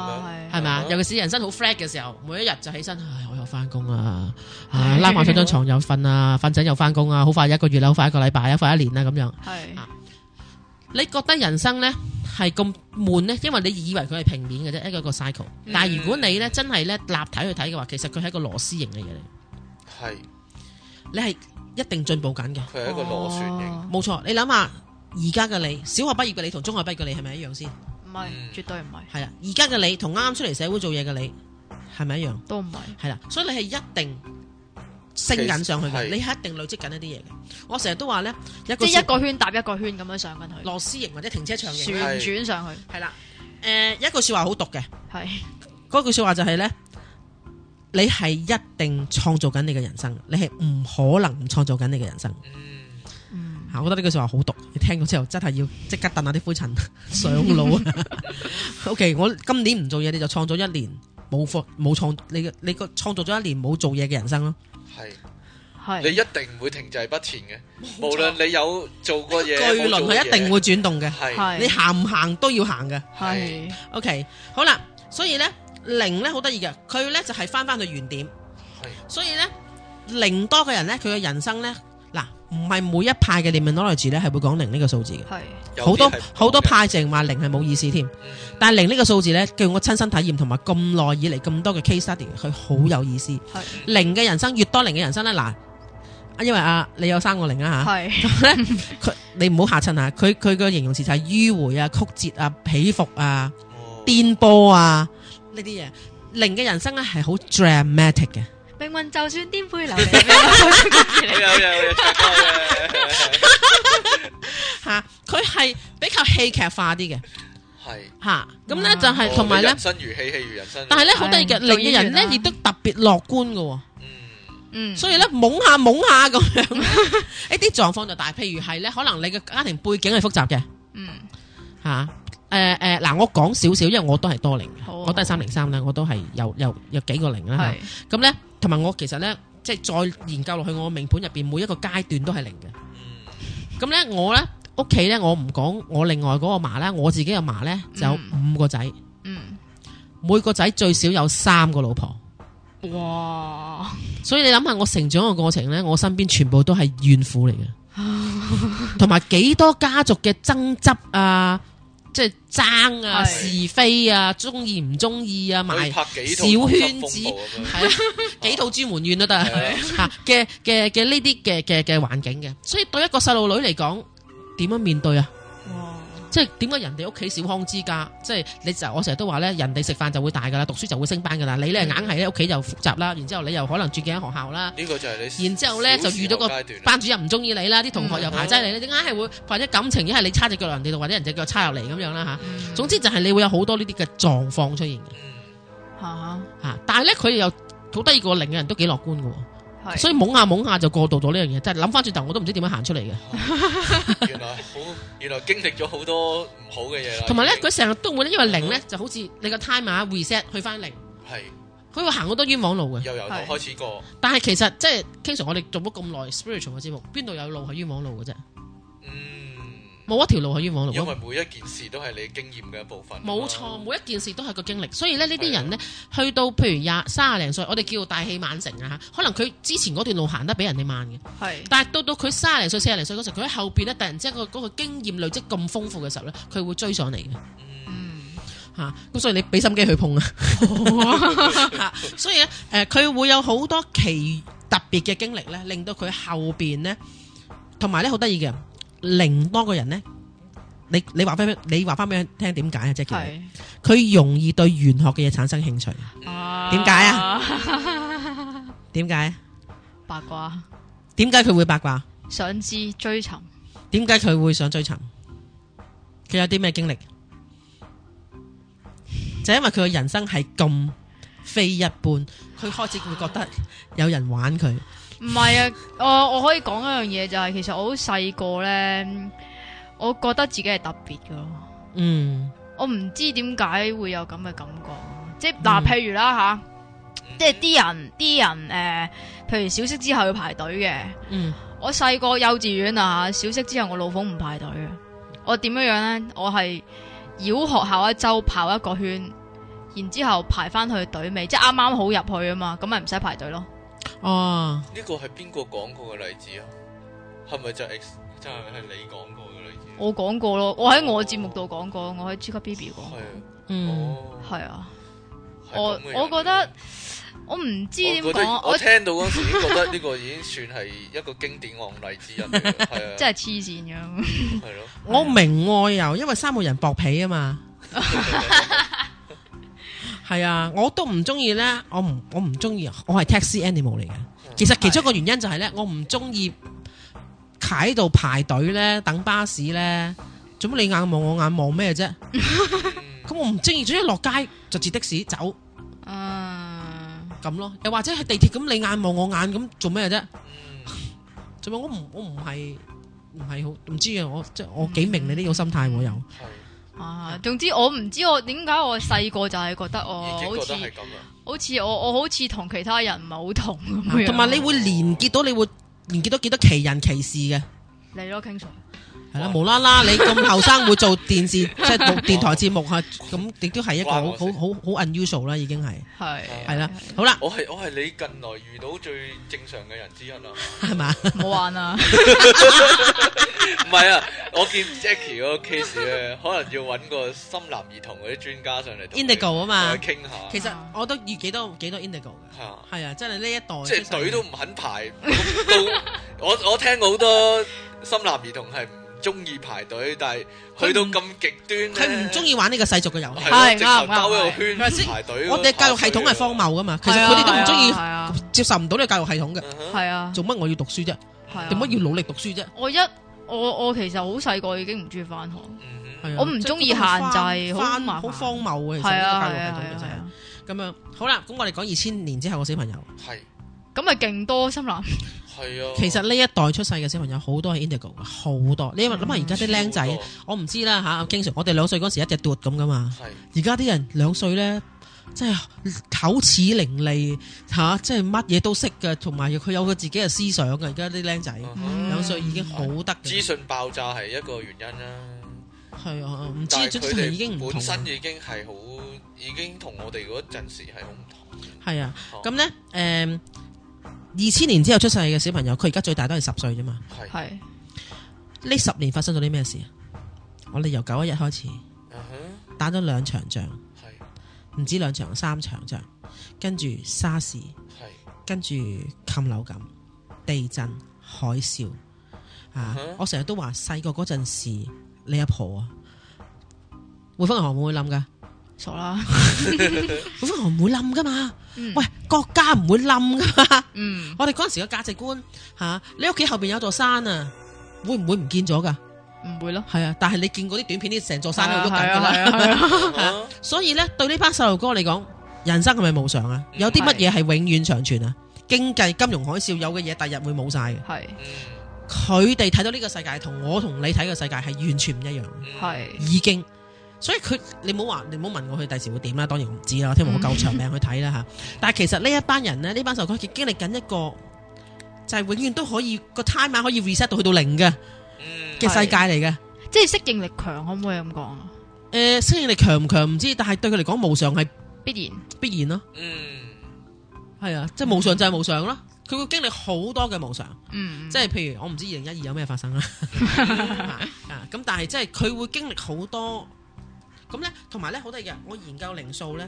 Speaker 3: 係咪啊
Speaker 4: 啊？
Speaker 3: 尤其是人生好 flat 嘅時候，每一日就起身，唉，我又翻工啊，啊，拉埋上張床又瞓啊，瞓醒又翻工啊，好快一個月啦，好快一個禮拜，好快一年啦咁樣。
Speaker 1: 係
Speaker 3: 啊你覺得人生呢係咁悶呢？因為你以為佢係平面嘅啫，一個一個 cycle。但係如果你呢真係呢立體去睇嘅話，其實佢係一個螺絲形嘅嘢嚟，
Speaker 4: 咁樣，係
Speaker 3: 你係一定進步緊嘅。
Speaker 4: 佢係一個螺旋形，
Speaker 1: 哦
Speaker 3: 冇錯，你諗下而家嘅你，小學畢業嘅你同中學畢業嘅你係咪一樣先？
Speaker 1: 唔係
Speaker 4: 嗯
Speaker 1: 絕對唔係，
Speaker 3: 系啊，而家嘅你同啱啱出嚟社會做嘢嘅你係咪一樣？
Speaker 1: 都唔係
Speaker 3: 係啦，所以你係一定升緊上去
Speaker 4: 其實
Speaker 3: 嘅，
Speaker 4: 係
Speaker 3: 你係一定累積緊一啲嘢嘅。我成日都話咧，一個
Speaker 1: 即係一個圈搭一個圈咁樣上緊去，
Speaker 3: 螺絲形或者停車場型
Speaker 1: 旋轉上去
Speaker 3: 係啦。诶、有一句说話好毒嘅，
Speaker 1: 係
Speaker 3: 嗰句说話就係咧，你係一定創造緊你嘅人生，你係唔可能唔創造緊你嘅人生。
Speaker 4: 嗯，
Speaker 1: 嗯
Speaker 3: 啊吓，我覺得呢句说話好毒，你聽咗之後真係要即刻掟下啲灰塵 <laughs> 上腦 <laughs> 啊。OK，我今年唔做嘢，你就創造一年冇課冇創，你嘅你個創造咗一年冇做嘢嘅人生咯。
Speaker 4: 係你
Speaker 1: 係
Speaker 4: 一定唔會停滯不前嘅，無論你有做過嘢，
Speaker 3: 巨輪
Speaker 4: 冇做嘢
Speaker 3: 佢一定會轉動嘅，
Speaker 4: 係
Speaker 1: 係
Speaker 3: 你行唔行都要行嘅。
Speaker 1: 係
Speaker 3: OK，好啦，所以呢，零呢好得意嘅，佢呢就係翻翻去原點，
Speaker 4: 係
Speaker 3: 所以呢，零多嘅人呢，佢嘅人生呢，嗱，唔係每一派嘅 Demonology 咧係會講零呢個數字嘅。
Speaker 1: 係
Speaker 4: 有啲
Speaker 3: 好多
Speaker 4: 係
Speaker 3: 好多
Speaker 4: 冇嘅
Speaker 3: 派淨話零係冇意思添，但係零呢個數字呢，據我親身體驗同埋咁耐以嚟咁多嘅 case study，佢好有意思。
Speaker 1: 係
Speaker 3: 零嘅人生越多零嘅人生呢，嗱，因為啊你有生過零啊
Speaker 1: 係
Speaker 3: 吓，咧佢你唔好嚇親啊，佢佢個形容詞就係迂迴啊、曲折啊、起伏啊、
Speaker 4: 哦
Speaker 3: 顛簸啊呢啲嘢。零嘅人生呢係好 dramatic 嘅，
Speaker 1: 命運就算顛沛流離，
Speaker 4: <laughs>
Speaker 1: 命運就算咁
Speaker 4: 好有有有唱歌嘅，
Speaker 3: 吓佢係比較戲劇化啲嘅
Speaker 4: 係。
Speaker 3: 吓，咁呢
Speaker 1: 啊
Speaker 3: 就
Speaker 4: 嗯
Speaker 3: 係同埋呢
Speaker 4: 人。生如戲，戲如人生。
Speaker 3: 但係咧，好得意嘅，
Speaker 1: 唉
Speaker 3: 另
Speaker 1: 做演
Speaker 3: 嘅人咧
Speaker 1: 員啦
Speaker 3: 亦都特別樂觀嘅喎，
Speaker 4: 嗯，
Speaker 1: 嗯，
Speaker 3: 所以咧懵下懵下咁樣，
Speaker 1: <laughs>
Speaker 3: 呢啲狀況就大。譬如係咧，可能你嘅家庭背景係複雜嘅
Speaker 1: 嗯
Speaker 3: 嚇，誒誒嗱，我講少少，因為我都係多零嘅，
Speaker 1: 好啊
Speaker 3: 我都係三零三啦，我都係有有有幾個零啦
Speaker 1: 係
Speaker 3: 嚇。咁咧，同埋我其實咧，即係再研究落去，我命盤入邊每一個階段都係零嘅。
Speaker 4: 嗯
Speaker 3: 咁咧，我咧屋企咧，我唔講我另外嗰個嫲咧，我自己嘅嫲咧就有五個仔，
Speaker 1: 嗯，
Speaker 3: 每個仔最少有三個老婆。
Speaker 1: 哇，
Speaker 3: 所以你諗下，我成長嘅過程呢，我身邊全部都係怨婦嚟嘅，同埋幾多家族嘅爭執啊，即係爭啊、
Speaker 1: 係
Speaker 3: 是非啊、中意唔中意啊，
Speaker 4: 可以
Speaker 3: 埋
Speaker 4: 拍幾套
Speaker 3: 小圈子
Speaker 4: 風暴咁樣
Speaker 3: 係啊幾套專門怨都得 <laughs> 啊
Speaker 4: 係
Speaker 3: 嚇嘅嘅嘅呢啲嘅嘅嘅環境嘅，所以對一個細路女嚟講，點樣面對啊？
Speaker 1: 哇，
Speaker 3: 即係點解人哋屋企小康之家，即係你就我成日都話咧，人哋食飯就會大噶啦，讀書就會升班噶啦，你咧硬係咧屋企就複雜啦，然之後你又可能住幾間學校啦。
Speaker 4: 呢個就係你。
Speaker 3: 然之後咧就遇到個
Speaker 4: 階段啦。
Speaker 3: 班主任唔中意你啦，啲同學又排擠你咧，點解係會或者感情一係你叉只腳落人哋度，或者人只腳叉入嚟咁樣啦吓。
Speaker 1: 嗯
Speaker 3: 總之就係你會有好多呢啲嘅狀況出現嘅
Speaker 4: 嗯
Speaker 1: 嚇
Speaker 3: 吓，但係咧佢又好得意個令嘅人都幾樂觀嘅喎，
Speaker 1: 係，
Speaker 3: 所以懵下懵下就過渡到呢樣嘢，即係諗翻轉頭我都唔知點樣行出嚟嘅。
Speaker 4: 原來好，原來經歷咗好多唔好嘅嘢啦。
Speaker 3: 同埋咧
Speaker 4: 已經
Speaker 3: 佢成日都會呢因為零咧就好似你個 time 啊 reset 去翻零，
Speaker 4: 係
Speaker 3: 佢會行好多冤枉路嘅。
Speaker 4: 又由頭
Speaker 1: 係
Speaker 4: 開始過。
Speaker 3: 但係其實即係經常我哋做咗咁耐 spiritual 嘅節目，邊度有路係冤枉路嘅啫？
Speaker 4: 嗯，
Speaker 3: 冇一條路係冤枉路。
Speaker 4: 因為每一件事都係你經驗嘅一部分。啊
Speaker 3: 冇錯，。每一件事都係個經歷，所以咧呢啲人呢，去到譬如廿三廿零歲，我哋叫大器晚成啊嚇可能佢之前嗰段路行得比人哋慢嘅，
Speaker 1: 係
Speaker 3: 但係到到佢三廿零歲、四廿零歲嗰時候，佢喺後邊呢，突然之間個嗰個經驗累積咁豐富嘅時候呢，佢會追上嚟嘅
Speaker 4: 嗯
Speaker 1: 嗯
Speaker 3: 嚇。咁、所以你俾心機去碰啊， <laughs> 嚇所以呢，誒、佢會有好多奇特別嘅經歷呢，令到佢後邊呢，同埋呢好得意嘅零多個人呢，你你話翻俾你話翻俾佢聽點解啊？即係叫你。
Speaker 1: 係
Speaker 3: 佢容易對玄學嘅嘢產生興趣。點解啊？點解？
Speaker 1: 八卦
Speaker 3: 點解佢會八卦？
Speaker 1: 想知追尋
Speaker 3: 點解佢會想追尋？佢有啲咩經歷？就因為佢嘅人生係咁非一般，佢開始會覺得有人玩佢。
Speaker 1: 唔係啊，我我可以講一樣嘢就係，其實我好細個咧，我覺得自己係特別嘅咯。
Speaker 3: 嗯
Speaker 1: 我唔知點解會有咁嘅感覺，啊即係嗱，譬如啦吓、即係啲人啲人誒、呃譬如小息之後要排隊嘅，
Speaker 3: 嗯，
Speaker 1: 我細個幼稚園啊，小息之後我老奉唔排隊嘅，我點樣樣咧？我係繞學校一周跑一個圈，然之後排翻去隊尾，即係啱啱好入去啊嘛，咁咪唔使排隊咯。
Speaker 3: 哦，
Speaker 4: 呢個係邊個講過嘅例子啊？係咪就係 X？真係係你講過嘅例子。啊
Speaker 1: 我講過咯，我喺我節目度講
Speaker 4: 哦
Speaker 1: 過，我喺超級 BB 講，
Speaker 4: 係啊。
Speaker 3: 嗯，
Speaker 4: 哦。
Speaker 1: 係啊，
Speaker 4: 係
Speaker 1: 我
Speaker 4: 咁嘅人
Speaker 1: 我覺得我唔知點
Speaker 4: 我覺得
Speaker 1: 講，
Speaker 4: 我
Speaker 1: 我
Speaker 4: 聽到嗰時已經覺得呢個已經算係一個經典案例之一嚟嘅，係啊，
Speaker 1: 真係黐線嘅。 <laughs>
Speaker 4: 係咯，
Speaker 3: 我明愛又因為三個人薄皮啊嘛。係啊，我都唔中意咧，我唔我唔中意，啊我係 taxi animal 嚟嘅。其實其中一個原因就係咧，我唔中意喺度排隊咧，等巴士咧。做乜你眼望我眼望咩啫？
Speaker 4: 嗯
Speaker 3: 咁我唔中意，總之落街就截的士走
Speaker 1: 嗯，
Speaker 3: 咁咯。又或者喺地鐵咁，你眼望我眼咁做咩啫？
Speaker 4: 嗯
Speaker 3: 做咩？我唔我唔係唔係好唔知啊！我即係我幾明你呢種心態，我有
Speaker 4: 係
Speaker 1: 啊，總之我唔知我點解我細個就係覺得我哦好
Speaker 4: 已經覺得係
Speaker 1: 似
Speaker 4: 咁啦，
Speaker 1: 好似我我好似同其他人唔係好同咁
Speaker 4: 啊
Speaker 1: 樣。
Speaker 3: 同埋你會連結到你會連結到幾多奇人奇事嘅。
Speaker 1: 嚟咯，King Sir，
Speaker 3: 系啦，無啦
Speaker 4: <laughs>
Speaker 3: 啦你咁後生會做電視即係錄電台節目吓，咁亦都係一個好
Speaker 4: 關我
Speaker 3: 好
Speaker 4: 事
Speaker 3: 好好 unusual 啦，已經係
Speaker 1: 系
Speaker 3: 係啦，好啦，
Speaker 4: 我係我啊係你近來遇到最正常嘅人之一啊啦。
Speaker 3: 係嘛， <laughs>
Speaker 1: 唔好玩
Speaker 4: <laughs>
Speaker 1: 啊！
Speaker 4: 唔係啊，我見 Jackie 嗰個 case 咧，可能要揾個心藍兒童嗰啲專家上嚟同佢
Speaker 3: Indigo 啊嘛
Speaker 4: 同佢傾下。
Speaker 3: 其實我都遇幾多幾多 indigo 嘅，
Speaker 4: 係啊
Speaker 3: 係啊，真係呢一代
Speaker 4: 即係
Speaker 3: 其實
Speaker 4: 隊都唔肯排，到我我聽過好多心藍兒童係唔中意排隊，但係去到咁極端
Speaker 3: 佢
Speaker 4: 咧，
Speaker 3: 唔中意玩呢個世俗嘅遊戲
Speaker 4: 係。啊咯
Speaker 1: 係
Speaker 4: 直頭
Speaker 1: 啱啱
Speaker 4: 兜一
Speaker 1: 係
Speaker 4: 個圈
Speaker 3: 咪先
Speaker 4: 排隊嗰個排隊喎。
Speaker 3: 我哋教育系統係荒謬噶
Speaker 4: 啊
Speaker 3: 嘛，其實佢哋都唔中
Speaker 1: 系
Speaker 3: 意，
Speaker 1: 啊，
Speaker 3: 接受唔到呢個教育系統嘅，
Speaker 4: 嗯
Speaker 1: 系
Speaker 4: 哼。
Speaker 1: 啊，
Speaker 3: 做乜我要讀書啫？
Speaker 1: 係啊
Speaker 3: 做乜要努力讀書啫？
Speaker 1: 我一我我其實好細個已經唔中意翻學，
Speaker 4: 嗯哼
Speaker 3: 係啊
Speaker 1: 我唔中意限制
Speaker 3: 即係
Speaker 1: 好
Speaker 3: 翻
Speaker 1: 麻煩
Speaker 3: 好荒謬嘅，其實
Speaker 1: 係
Speaker 3: 呢
Speaker 1: 啊
Speaker 3: 個
Speaker 1: 係
Speaker 3: 教育
Speaker 1: 啊
Speaker 3: 系統其
Speaker 1: 係
Speaker 3: 實係
Speaker 1: 啊，
Speaker 3: 咁樣好啦，咁我哋講二千年之後嘅小朋友，
Speaker 4: 係
Speaker 1: 咁咪勁多深藍
Speaker 4: 係啊。
Speaker 3: 其實呢一代出世嘅小朋友好多係 indigo 嘅，好多。
Speaker 4: 嗯
Speaker 3: 你諗下而家啲僆仔，啊我唔知啦吓，經常我哋兩歲嗰時一隻奪咁噶嘛，
Speaker 4: 係
Speaker 3: 而家啲人兩歲咧。真係口齒伶俐吓、即係乜嘢都識嘅，同埋佢有佢自己嘅思想嘅。而家啲僆仔
Speaker 4: 嗯
Speaker 1: 嗯
Speaker 4: 哼
Speaker 3: 兩歲已經好得
Speaker 4: 資
Speaker 3: 嘅，
Speaker 4: 訊爆炸係一個原因啦。
Speaker 3: 係啊，唔
Speaker 4: 嗯
Speaker 3: 知
Speaker 4: 但係
Speaker 3: 總
Speaker 4: 佢
Speaker 3: 之係已經
Speaker 4: 哋
Speaker 3: 唔
Speaker 4: 本
Speaker 3: 同啊啦
Speaker 4: 身。已經係好，已經同我哋嗰陣時係好唔同。
Speaker 3: 係啊，
Speaker 4: 哦
Speaker 3: 咁咧诶，二千年之後出世嘅小朋友，佢而家最大都係十歲啫嘛。
Speaker 4: 係
Speaker 1: 係
Speaker 3: 呢十年發生咗啲咩事啊？我哋由九一一開始
Speaker 4: 嗯哼，
Speaker 3: 打咗兩場仗，
Speaker 4: 係
Speaker 3: 唔止兩場，三場仗，跟住沙士，
Speaker 4: 係
Speaker 3: 跟住禽流感、地震、海嘯啊
Speaker 4: 嗯哼！
Speaker 3: 我成日都話細個嗰陣時，你阿婆啊，匯豐銀行會唔會冧噶？
Speaker 1: 傻啦，
Speaker 3: 匯豐銀行唔會冧噶嘛？
Speaker 1: 嗯
Speaker 3: 喂，國家唔會冧噶嘛？
Speaker 1: 嗯
Speaker 3: 我哋嗰陣時嘅價值觀嚇、啊你屋企後邊有座山啊，會唔會唔見咗噶？
Speaker 1: 唔會咯，
Speaker 3: 係啊，但係你見嗰啲短片，啲成座山都喐緊
Speaker 1: 係
Speaker 3: 㗎
Speaker 1: 啊係啊係
Speaker 3: 啦。
Speaker 1: 啊係啊
Speaker 4: 嗯哼
Speaker 3: 所以咧，對呢班細路哥嚟講，人生係咪無常啊？
Speaker 4: 嗯
Speaker 3: 有啲乜嘢係永遠長存啊？經濟、金融海嘯有嘅嘢，第日會冇晒嘅。
Speaker 1: 係啊
Speaker 3: <laughs>
Speaker 4: 嗯
Speaker 3: 佢哋睇到呢個世界同我同你睇嘅世界係完全唔一樣嘅，
Speaker 4: 嗯
Speaker 1: 係
Speaker 3: 已經。所以佢你唔好話，你唔好問我佢第時會點啦。當然我唔知啦，聽我夠長命去睇啦吓。但係其實呢一班人呢，呢班細路哥佢經歷緊一個就係、永遠都可以個 time 可以 reset 到去到零嘅
Speaker 4: 嗯
Speaker 3: 嘅世界嚟嘅。
Speaker 1: 即係適應力強，可唔可以咁講啊？
Speaker 3: 誒、適應力強唔強唔知，但係對佢嚟講無常係
Speaker 1: 必然
Speaker 3: 必然咯。
Speaker 4: 嗯
Speaker 3: 系啊，即系無常就係無常啦。佢會經歷好多嘅無常，
Speaker 1: 嗯
Speaker 3: 即係譬如我唔知二零一二有咩發生啦，啊咁但係即係佢會經歷好多。咁咧，同埋咧好得意嘅，我研究零數咧，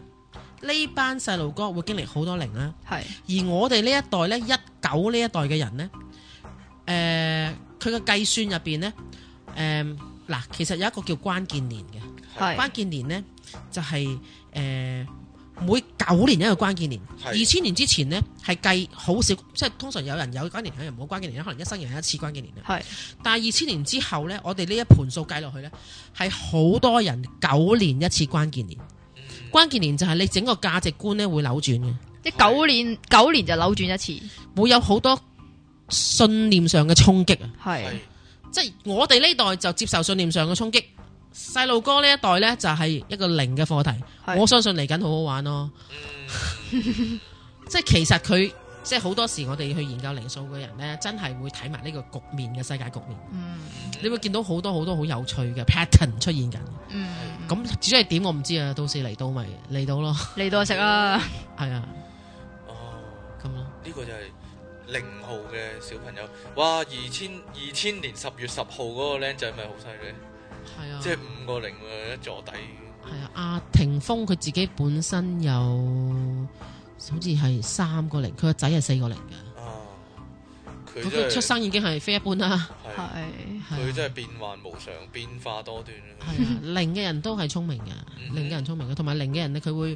Speaker 3: 呢班細路哥會經歷好多零啦。
Speaker 1: 係
Speaker 3: 而我哋呢一代咧，一九呢一代嘅人咧，诶、佢嘅計算入边咧，诶、嗱，其實有一個叫關鍵年嘅。
Speaker 1: 係
Speaker 3: 關鍵年呢，就係、呃每九年一個關鍵年，
Speaker 4: 係
Speaker 3: 二千年之前呢，係計好少，即係通常有人有關鍵年，有人冇關鍵年，可能一生人有一次關鍵年啦。啊
Speaker 1: 係
Speaker 3: 但係二千年之後呢，我哋呢一盤數計落去呢，係好多人九年一次關鍵年。
Speaker 4: 嗯
Speaker 3: 關鍵年就係你整個價值觀呢會扭轉嘅，
Speaker 1: 即係九年九年就扭轉一次，
Speaker 3: 會有好多信念上嘅衝擊啊！
Speaker 1: 係
Speaker 3: 即係我哋呢代就接受信念上嘅衝擊，細路哥呢一代呢，就係一個零嘅課題。
Speaker 1: 係
Speaker 3: 我相信嚟緊好好玩咯。
Speaker 4: 嗯
Speaker 3: 即係其實佢即係好多時我哋去研究零數嘅人呢，真係會睇埋呢個局面嘅世界局面，
Speaker 1: 嗯
Speaker 3: <laughs> 你會見到好多好多好有趣嘅 pattern 出現緊。
Speaker 1: 嗯
Speaker 3: 咁至於係點我唔知啊，到時嚟到咪嚟到咯， <laughs>
Speaker 1: 嚟到就食啦，
Speaker 3: 係啊，
Speaker 4: 哦，
Speaker 3: 咁咯。
Speaker 4: 呢個就係零號嘅小朋友，哇！二千二千年十月十號嗰個僆仔咪好犀利，
Speaker 3: 係啊，
Speaker 4: 即係五個零啊，一坐底。
Speaker 3: 係啊，阿霆鋒佢自己本身有好似係三個零，佢個仔係四個零嘅，
Speaker 4: 啊！佢
Speaker 3: 佢
Speaker 4: 真
Speaker 3: 嘅出
Speaker 4: 係
Speaker 3: 生已經係非一般啦。
Speaker 4: 係
Speaker 1: 係
Speaker 3: 係啊
Speaker 4: 佢真係變幻無常，變化多端啊
Speaker 3: 係啊，零嘅人都係聰明嘅，
Speaker 4: 嗯
Speaker 3: 零嘅人聰明嘅，同埋零嘅人咧，佢會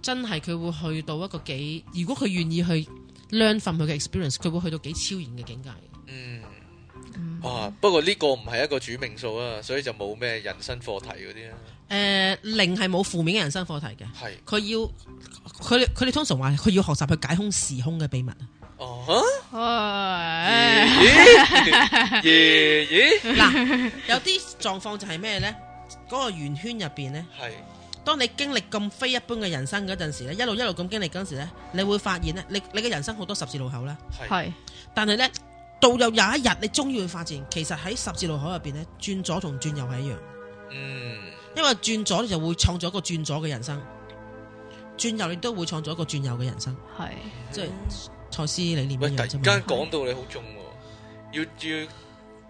Speaker 3: 真係佢會去到一個幾，如果佢願意去 learn from 佢嘅 experience，佢會去到幾超然嘅境界。
Speaker 4: 嗯，
Speaker 1: 嗯
Speaker 4: 啊，不過呢個唔係一個主命數啊，所以就冇咩人生課題嗰啲啊。
Speaker 3: 誒、零係冇負面嘅人生課題嘅，
Speaker 4: 係，
Speaker 3: 佢要佢佢哋通常話佢要學習去解空時空嘅秘密。啊 <laughs>
Speaker 4: 哦，吓，
Speaker 1: 唉
Speaker 4: 咦咦咦，
Speaker 3: 嗱，有啲狀況就係咩呢？嗰、個圓圈入邊呢，
Speaker 4: 係，
Speaker 3: 當你經歷咁非一般嘅人生嗰陣時咧，一路一路咁經歷嗰陣時咧，你會發現呢，你你嘅人生好多十字路口啦。
Speaker 4: 係，
Speaker 1: 係
Speaker 3: 但係呢，到有有一日你終於會發現，其實喺十字路口入邊咧，轉左同轉右係一樣，
Speaker 4: 嗯，
Speaker 3: 因為轉左你就會創造一個轉左嘅人生，轉右你都會創造一個轉右嘅人生，
Speaker 1: 係
Speaker 3: 即係賽斯理念一
Speaker 4: 喂，突
Speaker 3: 樣
Speaker 4: 然
Speaker 3: 啫
Speaker 4: 間
Speaker 3: 嘛。
Speaker 4: 講到你好中喎，要要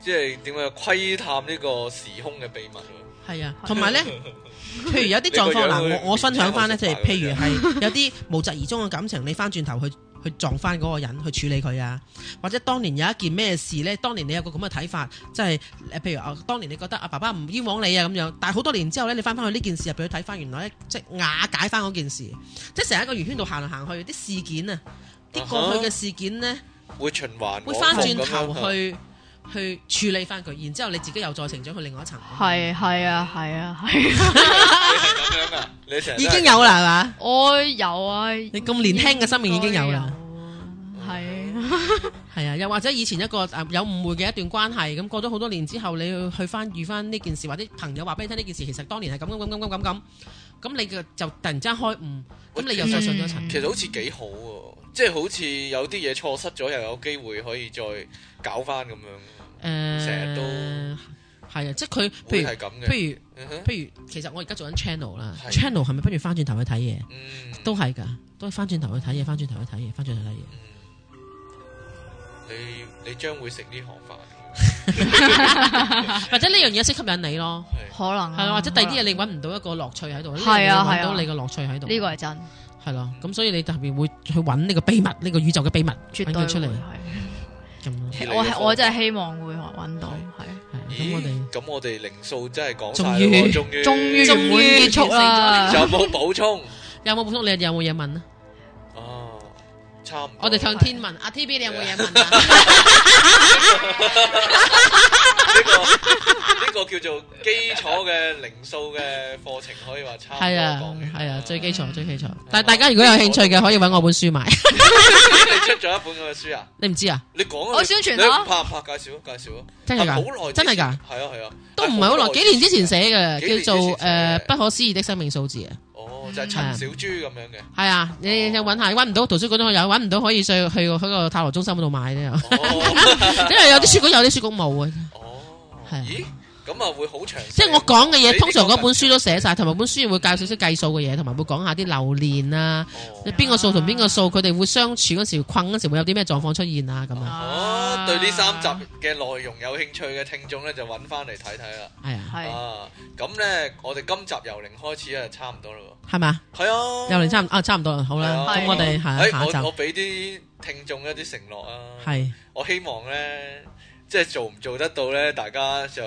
Speaker 4: 即係點啊？窺探呢個時空嘅秘密喎。
Speaker 3: 係啊，
Speaker 4: <laughs>
Speaker 3: 同埋咧，譬如有啲狀
Speaker 4: 你個
Speaker 3: 況
Speaker 4: 樣
Speaker 3: 嗱，
Speaker 4: 會
Speaker 3: 我我分享翻咧，
Speaker 4: 變咗
Speaker 3: 即係
Speaker 4: 好
Speaker 3: 譬如係 <laughs> 有啲無疾而終嘅感情，你翻轉頭去去撞翻嗰個人去處理佢啊，或者當年有一件咩事咧，當年你有個咁嘅睇法，即係誒譬如啊，當年你覺得啊爸爸唔冤枉你啊咁樣，但係好多年之後咧，你翻翻去呢件事入啊邊去睇翻，原來咧即係瓦解翻嗰件事，即係成日喺個圓圈度行嚟行去，啲事件啊，啲過去嘅事件咧。
Speaker 4: 會循環
Speaker 3: 會
Speaker 4: 往
Speaker 3: 翻轉
Speaker 4: 復哦咁樣啊
Speaker 3: 頭去去處理翻佢，然之後你自己又再成長去另外一層。
Speaker 1: 係係啊係啊係
Speaker 3: <laughs>
Speaker 1: 啊，
Speaker 4: 你係咁樣啊？你成日都
Speaker 3: 已
Speaker 4: 係
Speaker 3: 經有啦，係嘛？
Speaker 1: 我有啊，
Speaker 3: 你咁年輕嘅生命已經有啦，
Speaker 1: 應該有啊，係
Speaker 3: 係啊，又或者以前一個呃有誤會嘅一段關係，咁過咗好多年之後，你去去翻遇翻呢件事，或者朋友話俾你聽呢件事，其實當年係咁咁咁咁咁咁咁，咁你嘅就突然之間開悟，咁你又再上咗一層。
Speaker 4: 其實好似幾好喎，即係好似有啲嘢錯失咗，又有機會可以再搞翻咁樣，成
Speaker 3: 誒，
Speaker 4: 日都
Speaker 3: 係啊，即係佢，
Speaker 4: 會
Speaker 3: 譬如
Speaker 4: 係咁嘅。
Speaker 3: 譬
Speaker 4: 嗯哼
Speaker 3: 如譬如，其實我而家做緊 channel 啦
Speaker 4: 係
Speaker 3: ，channel 係咪不如翻轉頭去睇嘢？
Speaker 4: 嗯
Speaker 3: 都係㗎，都係翻轉頭去睇嘢，翻轉頭去睇嘢，翻轉頭去睇嘢。
Speaker 4: 嗯你你將會食呢行飯，
Speaker 1: 啊
Speaker 3: 啊或者呢樣嘢先吸引你咯，
Speaker 1: 可能啊
Speaker 3: 係咯，或者第二啲嘢
Speaker 1: 嘢
Speaker 3: 你揾唔到一個樂趣喺度，呢
Speaker 1: 係啊
Speaker 3: 樣嘢
Speaker 1: 係啊
Speaker 3: 揾到你個樂趣喺度，
Speaker 1: 呢個係真，
Speaker 3: 係咯，咁所以你特別會去揾呢個秘密，呢個宇宙嘅秘密
Speaker 1: 絕
Speaker 3: 揾
Speaker 1: 對
Speaker 3: 佢出嚟
Speaker 1: 會係
Speaker 3: 咁咯。
Speaker 4: 嚟嘅
Speaker 1: 我
Speaker 4: 方
Speaker 1: 係
Speaker 4: 法
Speaker 1: 我真係希望會揾到，係
Speaker 3: 係咁我
Speaker 4: 咦
Speaker 3: 哋？
Speaker 4: 咁我哋零數真係講晒
Speaker 3: 終
Speaker 4: 啦
Speaker 3: 於
Speaker 4: 喎，終於
Speaker 1: 終於
Speaker 3: 終
Speaker 1: 圓滿
Speaker 3: 於
Speaker 1: 結束啦，
Speaker 4: 有冇補充？
Speaker 3: 有冇補充？你有冇嘢問啊？
Speaker 4: 哦，差唔多。
Speaker 3: <laughs> 我哋向天問，阿 T B 你有冇嘢問啊？
Speaker 4: <laughs> 呢個呢個叫做基礎嘅零數嘅課程，可以話差唔多
Speaker 3: 係啊
Speaker 4: 講嗯完啦。
Speaker 3: 係啊，最基礎最基礎。但係大家如果有興趣嘅，可以揾我本書
Speaker 4: <laughs>
Speaker 3: 買。<laughs>
Speaker 4: 你出咗一本咁嘅書啊？
Speaker 3: 你唔知啊？
Speaker 4: 你講啊
Speaker 1: 我宣傳
Speaker 4: 你
Speaker 1: 下
Speaker 4: 拍唔拍介紹啊？介紹啊！
Speaker 3: 真係
Speaker 4: 係
Speaker 3: 㗎？
Speaker 4: 好耐，
Speaker 3: 真係㗎？
Speaker 4: 係啊係啊，
Speaker 3: 都唔係好耐，幾年之前寫
Speaker 4: 幾年
Speaker 3: 嘅，
Speaker 4: 之前
Speaker 3: 叫做
Speaker 4: 寫
Speaker 3: 誒不可思議的生命數字啊。
Speaker 4: 哦，就係陳小豬咁樣嘅。
Speaker 3: 係啊，你你揾下，揾唔到圖書館都可以有，揾唔到可以上去去個塔羅中心嗰
Speaker 4: <laughs>
Speaker 3: 度買啫。
Speaker 4: 哦
Speaker 3: 因為有啲書館有啲書館冇啊，
Speaker 4: 哦，
Speaker 3: 係啊
Speaker 4: 咦？咁啊會好長。
Speaker 3: 即係我講嘅
Speaker 4: 你呢
Speaker 3: 嘢，
Speaker 4: 個
Speaker 3: 通常嗰本書都寫晒，同埋本書會教少少計數嘅嘢，同埋會講下啲流年啊，
Speaker 4: 哦
Speaker 3: 邊個數同邊個數，佢哋會相處嗰時困嗰時會有啲咩狀況出現啊咁啊，
Speaker 4: 哦，對呢三集嘅內容有興趣嘅聽眾咧，就揾翻嚟睇睇啦。
Speaker 3: 係啊，
Speaker 1: 係
Speaker 4: 啊，咁咧，我哋今集由零開始啊，差唔多啦
Speaker 3: 係嘛？
Speaker 4: 喎。係啊，
Speaker 3: 又嚟差唔啊差唔多啦，好啦，
Speaker 1: 係啊
Speaker 3: 咁我哋下
Speaker 4: 誒
Speaker 3: 下一
Speaker 4: 哎我我
Speaker 3: 集
Speaker 4: 俾啲聽眾一啲承諾啊。
Speaker 3: 係
Speaker 4: 我希望咧，即係做唔做得到咧，大家就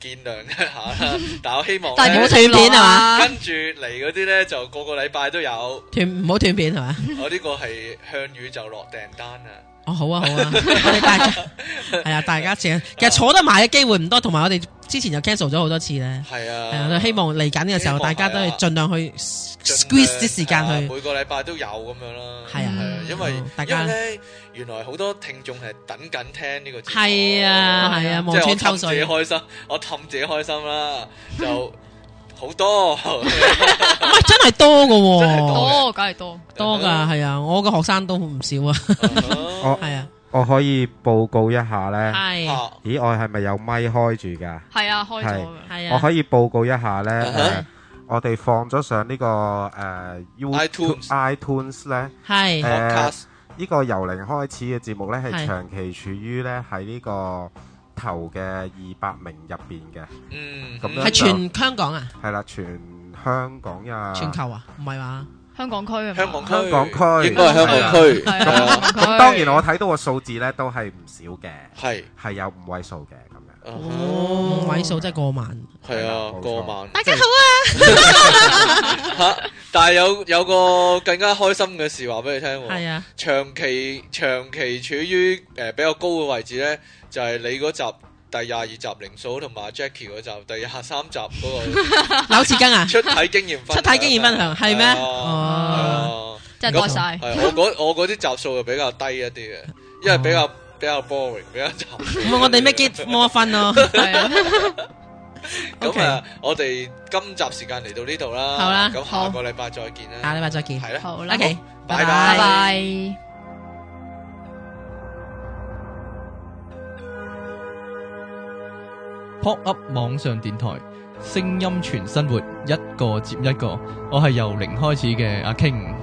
Speaker 4: 見諒一下
Speaker 3: <laughs>
Speaker 4: 啦。但我希望
Speaker 1: 但係
Speaker 3: 唔
Speaker 1: 冇
Speaker 3: 好
Speaker 4: 咧，
Speaker 3: 斷片係嘛
Speaker 4: 跟住嚟嗰啲咧，就個個禮拜都有。
Speaker 3: 斷唔好斷片係嘛？
Speaker 4: 我呢個係向宇宙落訂單啊！
Speaker 3: 哦好啊好
Speaker 4: <laughs>
Speaker 3: 啊，我哋大家係啊大家成日其實坐得埋嘅機會唔多，同埋我哋之前又 cancel 咗好多次咧，
Speaker 4: 係
Speaker 3: 係
Speaker 4: 啊，
Speaker 3: 啊，希望嚟緊嘅時候
Speaker 4: 希望
Speaker 3: 大家都
Speaker 4: 係
Speaker 3: 係
Speaker 4: 啊
Speaker 3: 盡量去
Speaker 4: 盡
Speaker 3: squeeze 啲時間
Speaker 4: 量
Speaker 3: 去
Speaker 4: 啊。每個禮拜都有咁樣啦。
Speaker 3: 係啊
Speaker 4: 因為
Speaker 3: 好大
Speaker 4: 因
Speaker 3: 家
Speaker 4: 為咧，原來好多聽眾係等緊聽呢個節目。
Speaker 3: 係啊係啊，望
Speaker 4: 即係我
Speaker 3: 穿
Speaker 4: 氹
Speaker 3: 秋
Speaker 4: 自
Speaker 3: 水
Speaker 4: 己。開心，我氹自己開心啦，就好多。
Speaker 3: 唔係真係多噶
Speaker 4: 真係多
Speaker 3: 喎，
Speaker 1: 多梗係多，
Speaker 3: <laughs> 多噶係啊，我個學生都唔少啊， <laughs>
Speaker 4: 哦
Speaker 3: 係啊，
Speaker 5: 我可以報告一下呢。
Speaker 3: 係
Speaker 4: Uh-huh。啊
Speaker 5: 咦，我係咪有咪開住㗎？
Speaker 1: 係啊開咗㗎
Speaker 3: 係
Speaker 5: 我
Speaker 3: 啊，
Speaker 5: 哦可以報告一下咧，
Speaker 4: 嗯哼
Speaker 5: 誒我哋放咗上呢個誒 YouTube iTunes 咧，
Speaker 3: 係
Speaker 5: 誒
Speaker 4: Podcast
Speaker 5: 呢個由零開始嘅節目咧
Speaker 3: 係
Speaker 5: 係長期處於咧喺呢個頭嘅二百名入邊嘅，
Speaker 4: 嗯，
Speaker 5: 咁
Speaker 3: 係
Speaker 5: 樣
Speaker 3: 全香港啊，
Speaker 5: 係啦，全香港呀，
Speaker 3: 全球啊，唔係嘛？
Speaker 1: 香港區啊嘛，
Speaker 4: 香港
Speaker 5: 香港區
Speaker 4: 應該係香港區，
Speaker 1: 係啊香港區，
Speaker 5: 咁當然我睇到個數字咧都係唔少嘅，
Speaker 4: 係
Speaker 5: 係有五位數嘅咁樣。
Speaker 3: 五位數真係過萬，
Speaker 4: 係啊，過萬。
Speaker 3: 大家好啊，
Speaker 4: <laughs> 嚇但係有有個更加開心嘅事話俾你聽喎，
Speaker 3: 係啊，
Speaker 4: 長期長期處於誒比較高嘅位置咧，就係你嗰集第廿二集零數同埋 Jackie 嗰集第廿三集嗰個
Speaker 3: <laughs> 扭
Speaker 4: <laughs>
Speaker 3: 匙羹啊，
Speaker 4: 出體經驗分
Speaker 3: 出
Speaker 4: 享
Speaker 3: 體經驗分享係咩？
Speaker 4: 係啊
Speaker 3: 哦，
Speaker 4: 係啊
Speaker 1: 真係多晒，
Speaker 4: 係我嗰我嗰啲集數就比較低一啲嘅，因為比較比較 boring，比較沉。
Speaker 3: 咁我哋咩 get 摩分咯，
Speaker 1: 係啊
Speaker 4: 咁啊，我哋今集時間嚟到呢度啦。
Speaker 3: 好啊啦
Speaker 4: 咁
Speaker 1: 好
Speaker 4: 下個禮拜再見啦。
Speaker 3: 下禮拜再見
Speaker 4: 係啦，
Speaker 1: 好啦，
Speaker 3: ，OK，
Speaker 4: 拜
Speaker 1: 拜拜。
Speaker 4: Pop Up 網上電台，聲音全生活，一個接一個。我係由零開始嘅阿 King。